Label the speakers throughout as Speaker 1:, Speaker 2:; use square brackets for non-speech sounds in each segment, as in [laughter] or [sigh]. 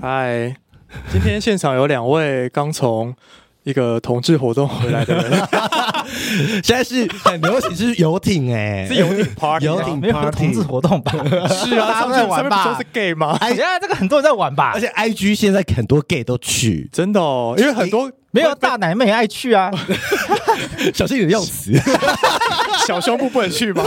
Speaker 1: 嗨，今天现场有两位刚从一个同志活动回来的人，
Speaker 2: 现在是很流行是游艇
Speaker 1: [laughs]
Speaker 2: 哎、
Speaker 1: 是游艇 party
Speaker 2: 游
Speaker 1: 吗
Speaker 2: 艇
Speaker 3: 没有
Speaker 2: party
Speaker 3: 同志活
Speaker 2: [laughs]
Speaker 3: 动吧？
Speaker 1: 是啊，
Speaker 3: [laughs]
Speaker 2: 大
Speaker 1: 上
Speaker 2: 家
Speaker 1: 面
Speaker 2: 都在
Speaker 1: 上
Speaker 2: 玩吧
Speaker 1: 面不都是 gay 吗？
Speaker 3: 哎呀，这个很多人在玩吧
Speaker 2: 而？且 IG 现在很多 gay 都去，
Speaker 1: 真的哦，因为很多
Speaker 3: 没有大奶妹爱去啊，
Speaker 2: 小心你的用词。
Speaker 1: 小胸部不能 [laughs] 去吗？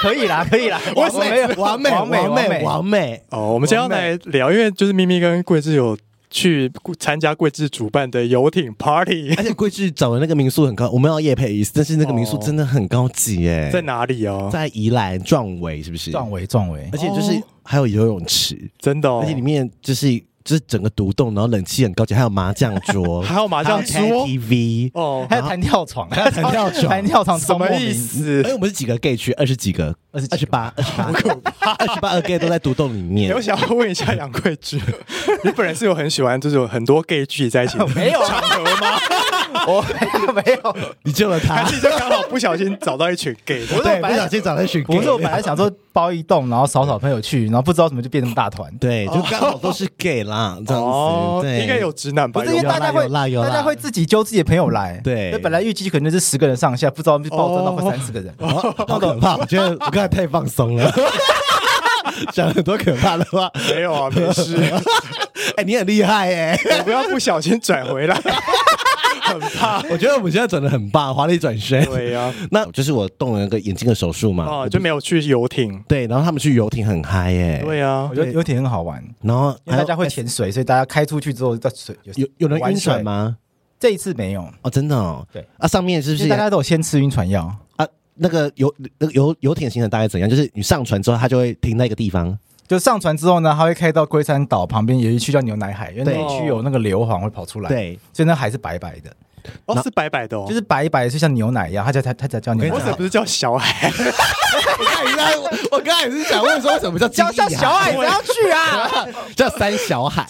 Speaker 3: 可以啦，可以啦。我我没有
Speaker 2: 完美，
Speaker 3: 完
Speaker 2: 完
Speaker 3: 美，
Speaker 2: 美，
Speaker 3: 完美。
Speaker 2: 完美，
Speaker 1: 哦，我们今天要来聊，因为就是咪咪跟桂枝有去参加桂枝主办的游艇 party，
Speaker 2: 而且桂枝找的那个民宿很高，我们要夜配一次，但是那个民宿真的很高级耶，
Speaker 1: 在哪里哦？
Speaker 2: 在宜兰壮围是不是？
Speaker 3: 壮，伟，壮伟
Speaker 2: 而，且就是
Speaker 1: 哦
Speaker 2: 还有游泳池，
Speaker 1: 真的哦
Speaker 2: 而且，里面就是就是整个独栋，然后冷气很高级，还有麻将
Speaker 1: [laughs]
Speaker 2: 桌，
Speaker 1: 还有麻将
Speaker 2: 还有
Speaker 1: 桌
Speaker 2: KTV。
Speaker 1: 哦，
Speaker 3: 还有弹跳床，还有
Speaker 2: 弹跳床
Speaker 3: 弹跳床
Speaker 1: 什
Speaker 3: 超
Speaker 1: 么
Speaker 3: 莫
Speaker 1: 意
Speaker 3: 名。
Speaker 1: 思
Speaker 2: 哎、？我们是几个 gay 去？二十几个，
Speaker 3: 二十几
Speaker 2: 二十八，二十八，二十八个 gay 都在独栋里面
Speaker 1: 欸我。想要问一下杨贵 [laughs] 枝，你本人是有很喜欢这种很多 gay 聚集在一起的
Speaker 3: 没有啊
Speaker 1: 场合吗？
Speaker 3: 我 [laughs] 没有，
Speaker 2: 你救了
Speaker 1: 还
Speaker 2: 他，
Speaker 1: 是就刚好不小心找到一群 gay
Speaker 3: [laughs]
Speaker 1: 的？
Speaker 2: 对，不小心找了一群 gay。
Speaker 3: 不是我本来想说包一栋，然后少少朋友去，然后不知道怎么就变成大团。
Speaker 2: 对，就刚好都是 gay 啦，这样子。
Speaker 1: 哦
Speaker 2: 对，
Speaker 1: 应该有直男吧
Speaker 3: 哦不？是因
Speaker 1: 有
Speaker 3: 为
Speaker 1: 吧
Speaker 3: 大家会，
Speaker 2: 有啦有啦有啦
Speaker 3: 大家会自己揪自己的朋友来。
Speaker 2: 对哦
Speaker 3: 所以本来预计可能就是十个人上下，不知道就暴增到快三十个人。
Speaker 2: 好好可怕！我觉得我刚才太放松了， [laughs] 讲很多可怕的话。
Speaker 1: 没有啊，没
Speaker 3: [laughs]
Speaker 1: 事，
Speaker 2: 哎、你很厉害哎、
Speaker 1: 我不要不小心转回来，很怕。
Speaker 2: 我觉得我们现在转的很棒，华丽转身。
Speaker 1: 对
Speaker 3: 啊
Speaker 1: 呀，
Speaker 2: 那就是我动了那个眼睛的手术嘛。
Speaker 1: 哦，就没有去游艇。
Speaker 2: 对，然后他们去游艇很嗨哎、
Speaker 1: 对啊呀
Speaker 3: 我，觉得游艇很好玩，
Speaker 2: 然后
Speaker 3: 因为大家会潜水，所以大家开出去之后在水
Speaker 2: 哎有有人晕船？吗？
Speaker 3: 这一次没有，
Speaker 2: 哦，真的哦。
Speaker 3: 对
Speaker 2: 啊，上面是不
Speaker 3: 就是
Speaker 2: 是
Speaker 3: 大家都有先吃晕船药，
Speaker 2: 啊？那个游那个游游艇行程大概怎样？就是你上船之后，它就会停在一个地方。
Speaker 3: 就上船之后呢，它会开到龟山岛旁边有一区叫牛奶海，因为
Speaker 2: 对
Speaker 3: 那一区有那个硫磺会跑出来，，
Speaker 2: 对，
Speaker 3: 所以那海是白白的，
Speaker 1: 哦，是白白的哦，
Speaker 3: 就是白白的，就像牛奶一样，它叫它它才叫牛
Speaker 1: 我怎
Speaker 3: 奶
Speaker 1: 么。不是叫小
Speaker 3: [laughs]
Speaker 1: 海？
Speaker 2: 我刚才我刚才也是想问说，什么叫
Speaker 3: 叫叫小海不要去啊！
Speaker 2: [laughs] 叫三小
Speaker 3: [laughs]
Speaker 2: 海？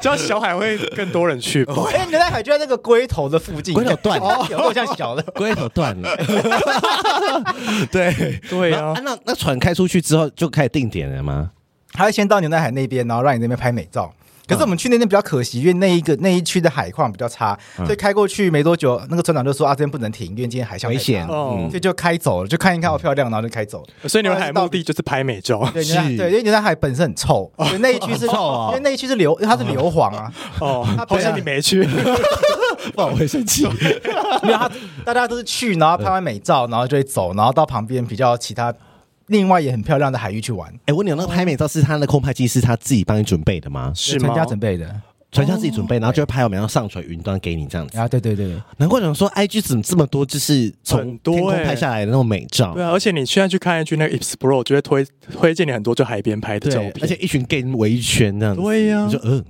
Speaker 1: 叫小海会更多人去吧？
Speaker 3: 哎，牛奶海就在那个龟头的附近，
Speaker 2: 龟头断了
Speaker 3: 哦 [laughs] 有够像小的。
Speaker 2: 龟头断了。对
Speaker 1: 对呀
Speaker 2: 啊，，那那船开出去之后就开始定点了吗？
Speaker 3: 他会先到牛奶海那边，然后让你那边拍美照。可
Speaker 1: 嗯
Speaker 3: 是我们去那边比较可惜，因为那一个那一区的海况比较差，
Speaker 1: 嗯
Speaker 3: 所以开过去没多久，那个船长就说啊，这边不能停，因为今天海象
Speaker 2: 危
Speaker 3: 太大
Speaker 2: 险，
Speaker 3: 了
Speaker 1: 哦
Speaker 2: 嗯，
Speaker 3: 就就开走了，就看一看哦漂亮，然后就开走了。
Speaker 1: 所以你们海目的就是拍美照
Speaker 3: 对，牛奶
Speaker 2: 是
Speaker 3: 对，因为牛奶海本身很臭，所以那一区
Speaker 1: [laughs]
Speaker 3: 是，
Speaker 2: 很臭啊
Speaker 3: 因为那一区是硫，因为它是硫磺啊，
Speaker 1: 哦。好像你没去，
Speaker 2: 不然我会生气。
Speaker 3: 没有它，
Speaker 1: 嗯
Speaker 3: 大家都是去，然后拍完美照，然后就会走，然后到旁边比较其他另外也很漂亮的海域去玩，
Speaker 2: [laughs] 哎，我问你，那个拍美照是他的空拍机是他自己帮你准备的吗？
Speaker 1: 是
Speaker 3: 全
Speaker 1: 吗
Speaker 3: 家？准备的
Speaker 2: 船家自己准备，然后就会拍我们要上传云端给你这样子。
Speaker 3: 啊，对
Speaker 1: [laughs]
Speaker 3: 对对，
Speaker 2: 难怪我想说，IG 怎么这么多，就是
Speaker 1: 很
Speaker 2: 从
Speaker 1: 多
Speaker 2: 天空
Speaker 1: 欸
Speaker 2: 拍下来的那种美照
Speaker 1: 对。啊，而且你现在去看一句那个 Explore，就会推推荐你很多就海边拍的照片，
Speaker 2: 而且一群 gay 围一圈这样子，
Speaker 1: 对呀
Speaker 2: 你说嗯，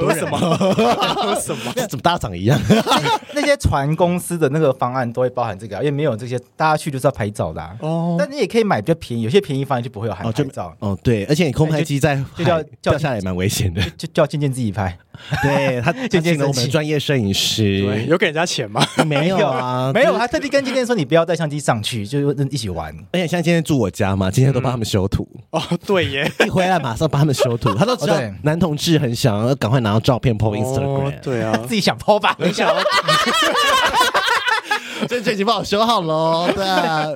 Speaker 1: 有什么 [laughs] 有什么？
Speaker 2: 这怎么大家长一样？
Speaker 3: [laughs] 那些船公司的那个方案都会包含这个啊，因为没有这些，大家去就是要拍照的、啊。
Speaker 1: 哦，
Speaker 3: 但你也可以买比较便宜，有些便宜方案就不会有含
Speaker 2: 哦
Speaker 3: 拍
Speaker 2: 就
Speaker 3: 照，
Speaker 2: 哦，对，而且你空拍机在
Speaker 3: 就叫
Speaker 2: 海
Speaker 3: 叫
Speaker 2: 掉下来也蛮危险的。
Speaker 3: 就叫渐渐自己拍。
Speaker 2: 对他
Speaker 3: 渐
Speaker 2: 他
Speaker 3: 渐
Speaker 2: 请了我
Speaker 3: 生
Speaker 2: 们
Speaker 3: 气
Speaker 2: 的专业摄影
Speaker 1: 对，
Speaker 2: 师，
Speaker 1: 有给人家钱吗？
Speaker 2: 没有啊，
Speaker 3: [laughs] 没有，
Speaker 2: 就是
Speaker 3: 他特地跟渐渐说你不要带相机上去，就是一起玩。
Speaker 2: 而且像今天住我家嘛，今天都帮他们修图，
Speaker 1: 哦，对耶，
Speaker 2: 一回来马上帮他们修图。他都知道
Speaker 3: 哦对
Speaker 2: 男同志很想要赶快拿到照片 po
Speaker 1: 哦
Speaker 2: Instagram，，
Speaker 1: 对啊 [laughs]
Speaker 3: 自，己想剖吧，你想
Speaker 2: 这这已经帮我修好 [laughs] 喽。对啊，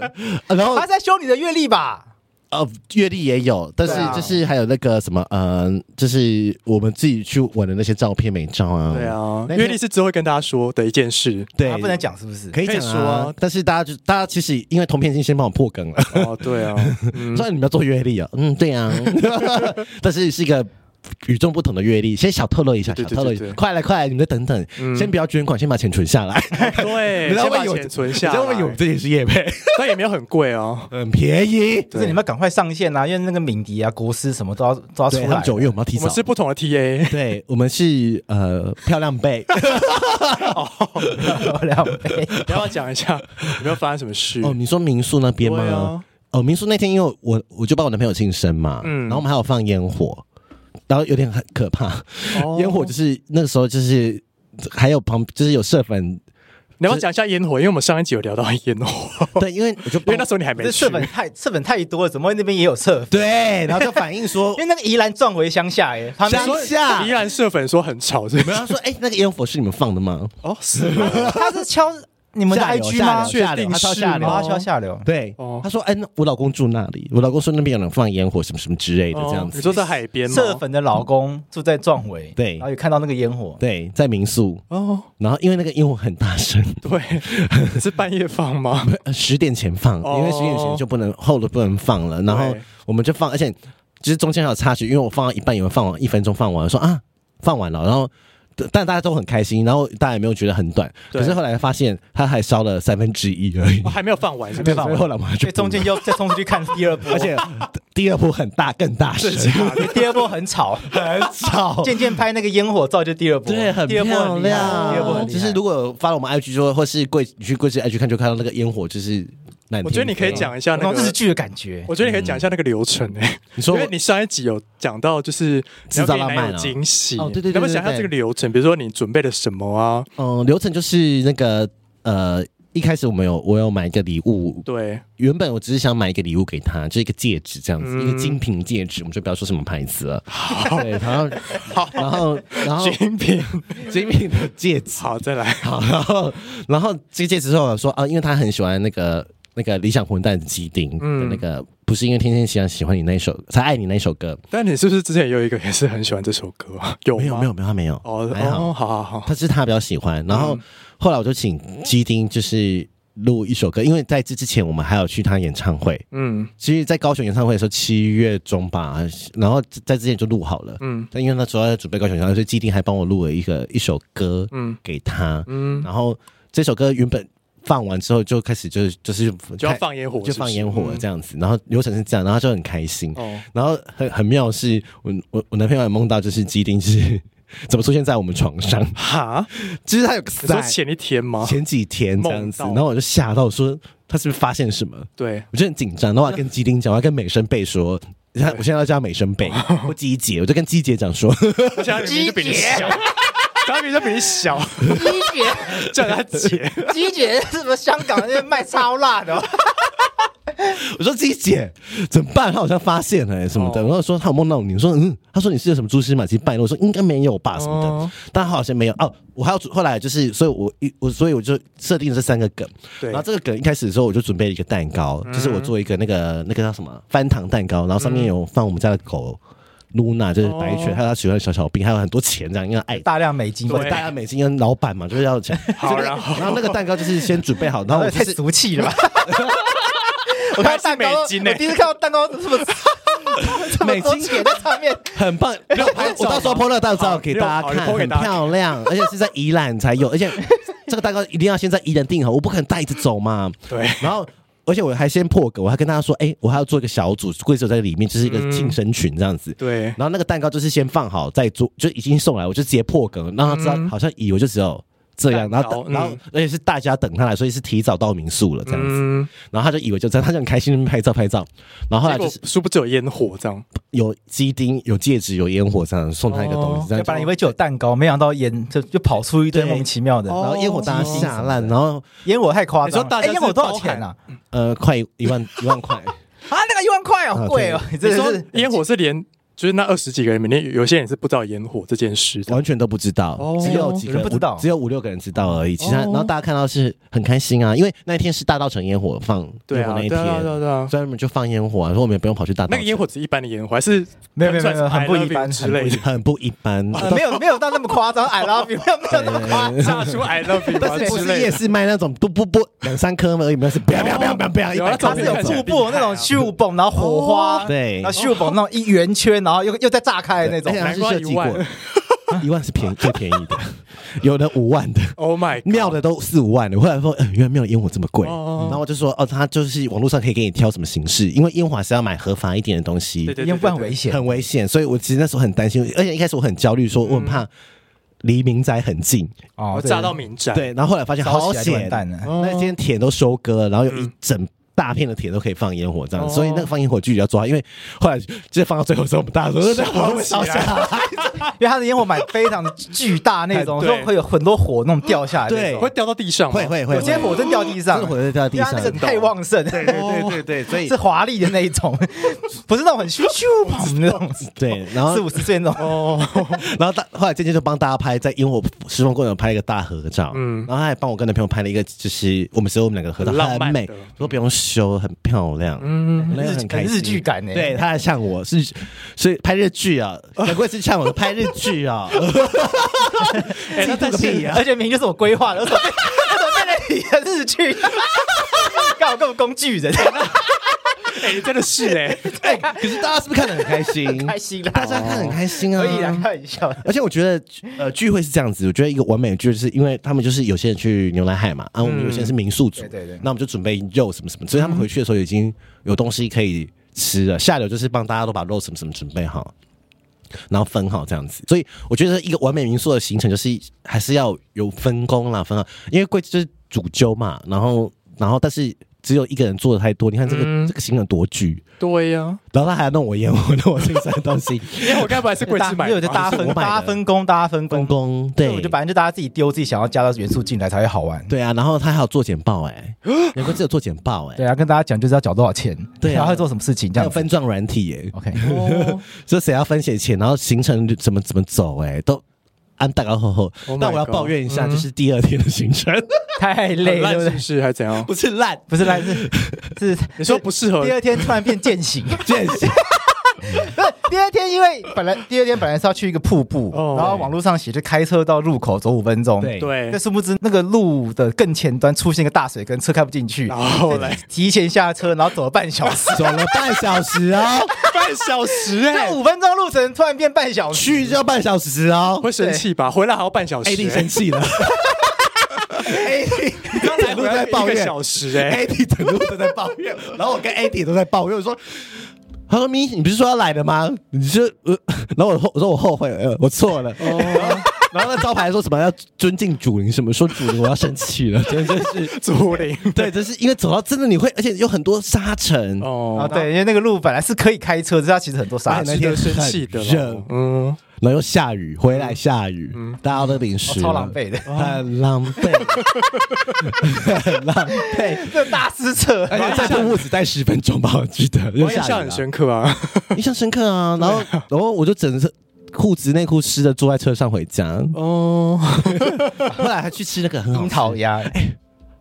Speaker 2: 呃然后
Speaker 3: [laughs] 他在修你的阅历吧？
Speaker 2: 呃，阅历也有，但是
Speaker 3: 对啊
Speaker 2: 就是还有那个什么，呃，就是我们自己去玩的那些照片美照啊。
Speaker 1: 对，啊，
Speaker 2: 那天
Speaker 1: 阅历是之后会跟大家说的一件事。
Speaker 2: 对，
Speaker 3: 他不能讲是不是？
Speaker 2: 可以讲
Speaker 1: 可以说啊
Speaker 2: 啊，但是大家就大家其实因为同片已经先帮我破梗了，
Speaker 1: 哦，对 [laughs] 啊，
Speaker 2: [laughs]
Speaker 1: 嗯
Speaker 2: 虽然你们要做阅历啊，嗯，对啊， [laughs] 但是是一个与众不同的阅历。先小透露一下，
Speaker 1: 对对对
Speaker 2: 小透露一
Speaker 1: 对
Speaker 2: 下
Speaker 1: 对，
Speaker 2: 快来快来，你们等等，先不要捐款，先把钱存下来。
Speaker 1: 对，
Speaker 2: 你知道
Speaker 1: 先
Speaker 2: 为
Speaker 1: 把
Speaker 2: 有
Speaker 1: 钱存下
Speaker 2: 你知道为有
Speaker 1: 来，
Speaker 2: 这也是
Speaker 1: [laughs]
Speaker 2: 业配，
Speaker 1: 但也没有很贵哦。
Speaker 2: 很便宜。
Speaker 3: 就是你们要赶快上线啊，因为那个敏迪啊、国师什么都要都要出
Speaker 2: 对，他
Speaker 3: 来
Speaker 2: 们。九月我们要提
Speaker 1: 我们
Speaker 2: 早
Speaker 1: 是。不同的 [laughs] TA，
Speaker 2: 对，我们是呃漂
Speaker 1: [laughs]
Speaker 2: 亮贝，
Speaker 3: [laughs] 两倍
Speaker 1: 你要不要讲一下有没有发生什么事？
Speaker 2: 哦，你说民宿那边
Speaker 1: 对
Speaker 2: 吗？
Speaker 1: 啊，
Speaker 2: 哦，民宿那天因为我我就帮我男朋友庆生嘛，
Speaker 1: 嗯
Speaker 2: 然后我们还有放烟火，然后有点很可怕，
Speaker 1: 哦
Speaker 2: 烟火就是那个时候就是还有旁就是有社粉
Speaker 1: 你要不要讲一下烟火，因为我们上一集有聊到烟火，
Speaker 2: 对，因为我就
Speaker 1: 哦因为那时候你还没
Speaker 3: 这
Speaker 1: 去
Speaker 3: 侧。粉太侧粉太多了，怎么会那边也有侧粉？
Speaker 2: 对，然后就反映说
Speaker 1: [laughs]
Speaker 3: 因为那个宜兰撞回乡下哎、旁边
Speaker 2: 乡下
Speaker 1: 依，然社粉说很吵，是不
Speaker 2: 没有
Speaker 1: 是？
Speaker 2: 他说哎，那个烟火是你们放的吗？
Speaker 1: 哦，是
Speaker 3: 他是敲你们的
Speaker 2: 下流
Speaker 3: IG 吗？
Speaker 2: 下流下流
Speaker 1: 确定
Speaker 2: 他超
Speaker 1: 是
Speaker 2: 下
Speaker 1: 吗
Speaker 2: 流
Speaker 3: 哦，他敲下流。
Speaker 2: 对
Speaker 1: 哦，
Speaker 2: 他说：“哎，那我老公住那里，我老公说那边有人放烟火，什么什么之类的，这样
Speaker 1: 哦你
Speaker 2: 子。
Speaker 1: 说在海边吗？
Speaker 3: 社粉的老公住在壮围，
Speaker 2: 对
Speaker 3: 然后有看到那个烟火，
Speaker 2: 对，在民宿，
Speaker 1: 哦，
Speaker 2: 然后因为那个烟火很大声，
Speaker 1: 对， [laughs] 是半夜放吗？
Speaker 2: [laughs] 十点前放，
Speaker 1: 哦
Speaker 2: 因为十点前就不能后的不能放了，然后
Speaker 1: 对
Speaker 2: 我们就放，而且就是中间还有插曲，因为我放到一半，有人放完一分钟放完，我说啊放完了，然后但大家都很开心，然后大家也没有觉得很短，
Speaker 1: 对
Speaker 2: 可是后来发现他还烧了三分之一而已
Speaker 1: 哦，还没有放完，是不
Speaker 2: 对
Speaker 1: 是
Speaker 2: 吧？所以后来我们
Speaker 3: 所
Speaker 2: 就
Speaker 3: 以中间又再冲出去看第二 [laughs] 波，
Speaker 2: 而且第二波很大，更大声，
Speaker 3: 因为第二波很吵，很
Speaker 2: 吵。
Speaker 3: [laughs] 渐渐拍那个烟火照就第二
Speaker 2: [laughs]
Speaker 3: 波，
Speaker 2: 对，很
Speaker 3: 第二波
Speaker 2: 漂
Speaker 3: 很厉害，
Speaker 2: 亮。
Speaker 3: 第二波很厉害。
Speaker 2: 就是如果有发了我们 IG 说，或是贵你去贵志 IG 看，就看到那个烟火，就是难听。
Speaker 1: 我觉得你可以，讲一下
Speaker 3: 有
Speaker 1: 那
Speaker 3: 那种日
Speaker 1: 个，
Speaker 3: 剧的感觉，
Speaker 1: 我觉得你可以讲一下那个流程欸诶、
Speaker 2: 你
Speaker 1: 因
Speaker 2: 说
Speaker 1: 为你上一集有讲到，就是
Speaker 2: 制造
Speaker 1: 你要给
Speaker 2: 浪漫
Speaker 1: 男友
Speaker 2: 啊
Speaker 1: 惊喜，
Speaker 2: 哦对对对
Speaker 1: 你要不要
Speaker 2: 对
Speaker 1: 讲一下
Speaker 2: 对
Speaker 1: 这个流程？比如说你准备了什么啊？
Speaker 2: 嗯，流程就是那个呃，一开始我们有我有买一个礼物，
Speaker 1: 对，
Speaker 2: 原本我只是想买一个礼物给他，就是一个戒指这样子，
Speaker 1: 嗯
Speaker 2: 一个精品戒指，我们就不要说什么牌子了。对，
Speaker 1: [laughs]
Speaker 2: 然后然后然
Speaker 1: [laughs]
Speaker 2: 后
Speaker 1: 精品，
Speaker 2: 精品的戒指，
Speaker 1: 好，再来，
Speaker 2: 好，然后然后这个戒指之后我说啊，因为他很喜欢那个那个理想混蛋基丁的
Speaker 1: 嗯
Speaker 2: 那个，不是因为天天喜欢喜欢你那一首才爱你那一首歌，
Speaker 1: 但你是不是之前也有一个也是很喜欢这首歌啊？有
Speaker 2: 没有
Speaker 1: 吗
Speaker 2: 没有没有他没有
Speaker 1: 哦
Speaker 2: 还好
Speaker 1: 哦，好好好，
Speaker 2: 他是他比较喜欢。
Speaker 1: 嗯
Speaker 2: 然后后来我就请基丁就是录一首歌，因为在这之前我们还有去他演唱会。
Speaker 1: 嗯
Speaker 2: 其实，在高雄演唱会的时候，七月中吧，然后在之前就录好了。
Speaker 1: 嗯
Speaker 2: 但因为那时候在准备高雄演唱会，所以基丁还帮我录了一个一首歌
Speaker 1: 嗯
Speaker 2: 给他。
Speaker 1: 嗯，
Speaker 2: 然后这首歌原本放完之后，就开始就是就是
Speaker 1: 就要放烟火，
Speaker 2: 就放
Speaker 1: 是不是
Speaker 2: 烟火
Speaker 1: 嗯
Speaker 2: 这样子。然后流程是这样，然后他就很开心。
Speaker 1: 哦，
Speaker 2: 然后很很妙的是，我我我男朋友也梦到，就是基丁是 [laughs] 怎么出现在我们床上，
Speaker 1: 哈，
Speaker 2: 就是他有个
Speaker 1: 你说
Speaker 2: 伞
Speaker 1: 前一天吗？
Speaker 2: 前几天这样子，
Speaker 1: 梦到
Speaker 2: 然后我就吓到说他是不是发现什么？
Speaker 1: 对，
Speaker 2: 我就很紧张，然后我还跟基丁讲，我还跟美声贝说，他我现在要叫他美声贝
Speaker 1: [laughs]
Speaker 2: 或基姐，我就跟基姐讲说，
Speaker 1: 而且他明明就比你小，他明明就比你
Speaker 2: [laughs]
Speaker 1: 小，
Speaker 3: 鸡姐，
Speaker 1: 叫他姐，
Speaker 3: 鸡姐是不是香港那边卖超辣的哦？
Speaker 2: 我说基姐怎么办？他好像发现了、欸什么的，
Speaker 1: 哦
Speaker 2: 然后说他有梦到你，我说嗯，他说你是有什么蛛丝马迹败露，我说应该没有吧什么的，
Speaker 1: 哦
Speaker 2: 但他好像没有哦。我还要后来就是，所以我一我所以我就设定了这三个梗，
Speaker 1: 对嗯
Speaker 2: 然后这个梗一开始的时候我就准备了一个蛋糕，就是我做一个那个那个叫什么翻糖蛋糕，然后上面有放我们家的狗。露娜就是白犬，
Speaker 1: 哦
Speaker 2: 还有他喜欢的小小兵，还有很多钱这样，因为爱
Speaker 3: 大量美金，
Speaker 1: 对
Speaker 2: 大家美金跟老板嘛，就是要钱。
Speaker 1: [laughs] 好
Speaker 2: 所以那个
Speaker 1: 然后
Speaker 2: 然后那个蛋糕就是先准备好，然后
Speaker 3: 那
Speaker 2: 我
Speaker 3: 也太
Speaker 2: 就是
Speaker 3: 俗气了吧！我看到蛋糕，
Speaker 1: 还是美金欸
Speaker 3: 我第一次看到蛋糕这么 [laughs] 这么
Speaker 2: 美
Speaker 3: 多
Speaker 2: 金
Speaker 3: 钱在上面，
Speaker 1: [laughs]
Speaker 2: 很棒。六我到时候 PO 那个蛋糕给大家
Speaker 1: 好你
Speaker 2: 看，
Speaker 1: po 给
Speaker 2: 很
Speaker 1: 大家
Speaker 2: 漂亮，而且是在宜兰才有，而且这个蛋糕一定要先在宜兰订好，我不可能带着走嘛。
Speaker 1: 对，
Speaker 2: 然后。而且我还先破梗，我还跟大家说，哎、我还要做一个小组，贵州在里面就是一个
Speaker 1: 嗯
Speaker 2: 庆生群这样子。
Speaker 1: 对
Speaker 2: 然后那个蛋糕就是先放好再做，就已经送来，我就直接破梗，让他知道、好像以为就只有这样，然
Speaker 1: 嗯蛋
Speaker 2: 后
Speaker 1: 糕
Speaker 2: 等然后、
Speaker 1: 嗯
Speaker 2: 而且是大家等他来，所以是提早到民宿了这样子。
Speaker 1: 嗯，
Speaker 2: 然后他就以为就这样，他就很开心地拍照拍照。然后
Speaker 1: 结
Speaker 2: 后来就
Speaker 1: 果
Speaker 2: 是
Speaker 1: 殊不知有烟火这样，
Speaker 2: 有鸡丁、有戒指、有烟火这样送他一个东
Speaker 1: 哦
Speaker 2: 西，这样
Speaker 3: 本来以为只有蛋糕，没想到烟就就跑出一堆
Speaker 2: 对
Speaker 3: 莫名其妙的
Speaker 1: 哦
Speaker 2: 然后烟火大家吓烂，然后
Speaker 3: 烟火，太夸张
Speaker 1: 你说
Speaker 3: 了。
Speaker 1: 大家
Speaker 3: 哎烟火
Speaker 1: 是
Speaker 3: 多少
Speaker 1: 包
Speaker 3: 钱
Speaker 1: 含
Speaker 3: 啊？
Speaker 2: 呃，快一
Speaker 1: [laughs]
Speaker 2: 万一万块，
Speaker 3: 啊，那个一万块好贵哦
Speaker 2: 啊！
Speaker 3: 你
Speaker 1: 你
Speaker 3: 真的
Speaker 1: 说
Speaker 3: 是
Speaker 1: 烟火是连就是那二十几个人，里面有些人是不知道烟火这件事的
Speaker 2: 完，全都不知道
Speaker 1: 哦，
Speaker 2: 只有几
Speaker 3: 有
Speaker 2: 个
Speaker 3: 人不知道
Speaker 2: 五只有五六个人知道而已。其他
Speaker 1: 哦
Speaker 2: 然后大家看到是很开心啊，因为那一天是大道城烟火放
Speaker 1: 对
Speaker 2: 烟火
Speaker 1: 啊，
Speaker 2: 那一
Speaker 1: 对啊，对啊，
Speaker 2: 天，
Speaker 1: 对啊。
Speaker 2: 所以他们就放烟火啊，然后我们也不用跑去大道
Speaker 1: 那个
Speaker 2: 城
Speaker 1: 烟火只是一般的烟火，还 [laughs] 是
Speaker 3: 没有没有没有
Speaker 1: 算是
Speaker 3: 很不
Speaker 1: I love
Speaker 3: 一般
Speaker 1: you 之类的，
Speaker 2: 很不一般，
Speaker 3: 呃没有 [laughs] 没有到那么夸张，I love you，没有没有那么夸张。
Speaker 1: 炸出 I love you 啊
Speaker 2: 但是不
Speaker 1: 之
Speaker 2: 是
Speaker 1: 类
Speaker 2: 夜
Speaker 1: 的。
Speaker 2: 市卖那种不不不两三颗而已，没有是不要不要不要不要不要，一
Speaker 1: 有啊
Speaker 2: 百
Speaker 1: 照
Speaker 2: 颗
Speaker 3: 它
Speaker 1: 片
Speaker 3: 是有
Speaker 1: 看起来
Speaker 3: 瀑布
Speaker 1: 很厉害啊
Speaker 3: 那种咻嘣，然后火花，
Speaker 2: 对
Speaker 3: 哦然后咻嘣那种一圆圈，然后又又再炸开的那种
Speaker 2: 而且。它
Speaker 1: 难
Speaker 2: 是
Speaker 1: 怪
Speaker 2: 设
Speaker 1: 一
Speaker 2: 计过
Speaker 1: 万，
Speaker 2: 一万是便宜最便宜的，有的五万的。
Speaker 1: Oh my，God
Speaker 2: 哦庙的都四五万的，后来说，呃，原来庙的烟火这么贵，
Speaker 1: 哦
Speaker 2: 然后我就说，哦，他就是网络上可以给你挑什么形式，因为烟火还是要买合法一点的东西，
Speaker 1: 对对
Speaker 3: 烟
Speaker 1: 对
Speaker 3: 不然
Speaker 1: 对
Speaker 3: 很危
Speaker 1: 对，
Speaker 3: 险，
Speaker 2: 很危险，所以我其实那时候很担心，而且一开始我很焦虑，说我很怕离民宅很近，
Speaker 3: 哦
Speaker 1: 我炸到民宅，
Speaker 2: 哎对，然后后来发现
Speaker 3: 烧
Speaker 2: 好
Speaker 3: 起来就
Speaker 2: 险
Speaker 3: 完，蛋了。
Speaker 1: 哦
Speaker 2: 那间田都收割了，然后有一整大片的铁都可以放烟火这样，
Speaker 1: 哦
Speaker 2: 所以那个放烟火距离要抓，因为后来这放到最后的时候，我们大家说这火会
Speaker 1: 烧
Speaker 2: 烧起
Speaker 1: 起
Speaker 2: 来
Speaker 1: 来。
Speaker 3: 因为它的烟火蛮非常的巨大那
Speaker 1: [laughs]
Speaker 3: 种，
Speaker 1: 对
Speaker 3: 所以会有很多火那种掉下来那
Speaker 2: 对
Speaker 3: 种，
Speaker 1: 会掉到地上吗，
Speaker 2: 会会会，
Speaker 3: 有些火真掉地上，
Speaker 2: 真的火真的掉地上
Speaker 3: 因为它那个太旺盛，对
Speaker 2: 对对对对，所以
Speaker 3: 是华丽的那一种，不是那种很咻咻砰那种，
Speaker 2: 对，然后
Speaker 3: 四五十岁那种。
Speaker 1: 哦，
Speaker 2: 然后大后来渐渐就帮大家拍在烟火施工过程中拍一个大合照，嗯
Speaker 1: 嗯，
Speaker 2: 然后他还帮我跟那朋友拍了一个，就是我们只有我们两个合照，
Speaker 1: 很浪
Speaker 2: 很
Speaker 1: 漫的
Speaker 2: 美，说不用修，很漂亮，嗯，那个很开心
Speaker 3: 很日剧感欸
Speaker 2: 对，他还像我是，所以拍日剧啊，难怪是像我拍日剧啊，
Speaker 1: 哎那但是
Speaker 3: 啊
Speaker 2: [laughs]
Speaker 3: 而且明明就是我规划的，我怎么被我怎么被你的日剧？干我根本工具人，
Speaker 1: 哎，真的是哎，
Speaker 2: 哎，可是大家是不是看得很开心？
Speaker 3: 开心啦，
Speaker 2: 大家看得很开心啊，
Speaker 3: [laughs] 可以来看一下。
Speaker 2: [laughs] 而且我觉得，呃，聚会是这样子。我觉得一个完美的聚会，是因为他们就是有些人去牛奶海嘛，啊，我们有些人是民宿组，
Speaker 3: 嗯对对对
Speaker 2: 那我们就准备肉什么什么，所以他们回去的时候已经有东西可以吃了。下流就是帮大家都把肉什么什么准备好，然后分好这样子。所以我觉得一个完美民宿的行程就是还是要有分工啦，分好，因为贵就是主揪嘛，然后然后但是只有一个人做的太多，你看这个、
Speaker 3: 嗯
Speaker 2: 这个行程多巨，
Speaker 1: [laughs] 对呀，
Speaker 2: 然后他还要弄我烟，我弄我身上的东西，
Speaker 1: 因为我该不会是啊贵
Speaker 3: 大
Speaker 1: 志买
Speaker 3: 因为
Speaker 1: 的
Speaker 3: 我就
Speaker 1: 吧？
Speaker 3: 大家分
Speaker 2: 我买的
Speaker 3: 大家分工，大家 [laughs] 分
Speaker 2: 分
Speaker 3: 工，
Speaker 2: 工
Speaker 3: 所
Speaker 2: 对，
Speaker 3: 以我就反正就大家自己丢自己想要加到元素进来才会好玩。
Speaker 2: 对啊，然后他还有做简报哎、欸，有个只有做简报哎、
Speaker 3: 对啊，跟大家讲就是要缴多少钱，
Speaker 2: 对啊
Speaker 3: 然后会做什么事情这
Speaker 2: 还有
Speaker 3: 样子。
Speaker 2: 分账软体哎、
Speaker 3: OK，
Speaker 1: 哦
Speaker 2: 所以谁要分写钱，然后行程怎么怎么走哎、都按大高厚厚。
Speaker 1: Oh my
Speaker 2: 但我要
Speaker 1: God
Speaker 2: 抱怨一下，
Speaker 1: 嗯
Speaker 2: 就是第二天的行程
Speaker 3: 太
Speaker 1: 很
Speaker 3: 累了，对
Speaker 1: 烂
Speaker 3: 不
Speaker 1: 是
Speaker 3: 对
Speaker 1: 不？是还是怎样？
Speaker 2: 不是烂，
Speaker 3: 不是烂，是
Speaker 2: [laughs]
Speaker 3: 是
Speaker 1: 你说不适合
Speaker 3: 第，二天突然变践行。 [laughs]
Speaker 2: 见血。
Speaker 3: 不是第二天，因为本来第二天本来是要去一个瀑布，
Speaker 1: 哦
Speaker 3: 然后网络上写就开车到入口走五分钟。
Speaker 2: 对。
Speaker 1: 对
Speaker 3: 但，殊不知那个路的更前端出现一个大水坑，车开不进去，
Speaker 1: 然后嘞，
Speaker 3: 提前下车，然后走了半小时
Speaker 2: [laughs] 走了半小时哦，
Speaker 1: [laughs] 半小时哎
Speaker 3: 这，五分钟路程突然变半小时，
Speaker 2: 去就要半小时哦。
Speaker 1: 会生气吧？回来还要半小时
Speaker 2: A
Speaker 1: 哎，
Speaker 2: D 生气
Speaker 1: [laughs]
Speaker 2: 了
Speaker 1: 刚才回
Speaker 2: 都在
Speaker 1: 来
Speaker 2: 抱
Speaker 1: 一个
Speaker 2: 怨
Speaker 1: 小时哎，
Speaker 2: ，A D 整路都在抱怨，
Speaker 1: [laughs]
Speaker 2: 然后我跟 A D 都在抱怨，我说。他说：“咪，你不是说要来的吗？你就……呃， [laughs] 然后我后我说我后悔了，我错了。
Speaker 1: 哦
Speaker 2: [laughs] 然后那招牌说什么要尊敬主灵什么，说主灵我要生气
Speaker 1: [laughs]
Speaker 2: 了，真的是
Speaker 1: 竹林
Speaker 2: 对，这是因为走到真的你会，而且有很多沙尘，
Speaker 3: 啊，
Speaker 1: 哦，
Speaker 3: 对，因为那个路本来是可以开车，但是它其实很多沙
Speaker 2: 哎那
Speaker 3: 子
Speaker 1: 值，得生气的
Speaker 2: 很热
Speaker 1: 了，嗯，
Speaker 2: 然后又下雨，回来下雨，大家都淋
Speaker 1: 哦
Speaker 2: 湿了、
Speaker 3: 超浪费的
Speaker 2: 很浪
Speaker 1: [laughs]
Speaker 2: 费，很浪费。
Speaker 3: 这大师车。
Speaker 2: [laughs] 而且在动物只待十分钟吧，我记得。
Speaker 1: 我印象很深刻啊，
Speaker 2: 刻， [laughs] 印象深刻啊。然后，然后我就整身裤子内裤湿的坐在车上回家，
Speaker 1: 哦，
Speaker 2: 后来还去吃那个很好
Speaker 3: 樱桃
Speaker 2: 吃，
Speaker 3: 鸭，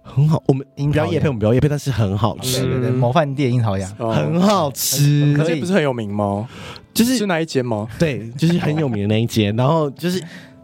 Speaker 2: 很好。我们
Speaker 3: 樱
Speaker 2: 不
Speaker 3: 桃
Speaker 2: 要夜配，我们不要夜配，但是哦很好
Speaker 3: 对
Speaker 2: 吃，
Speaker 3: 对对，某饭店樱桃鸭，
Speaker 1: 哦
Speaker 2: 很好吃，
Speaker 1: 可是不是很有名吗？
Speaker 2: 就是是
Speaker 1: 那一间吗？
Speaker 2: 对，就是很有名的那一间。然后就是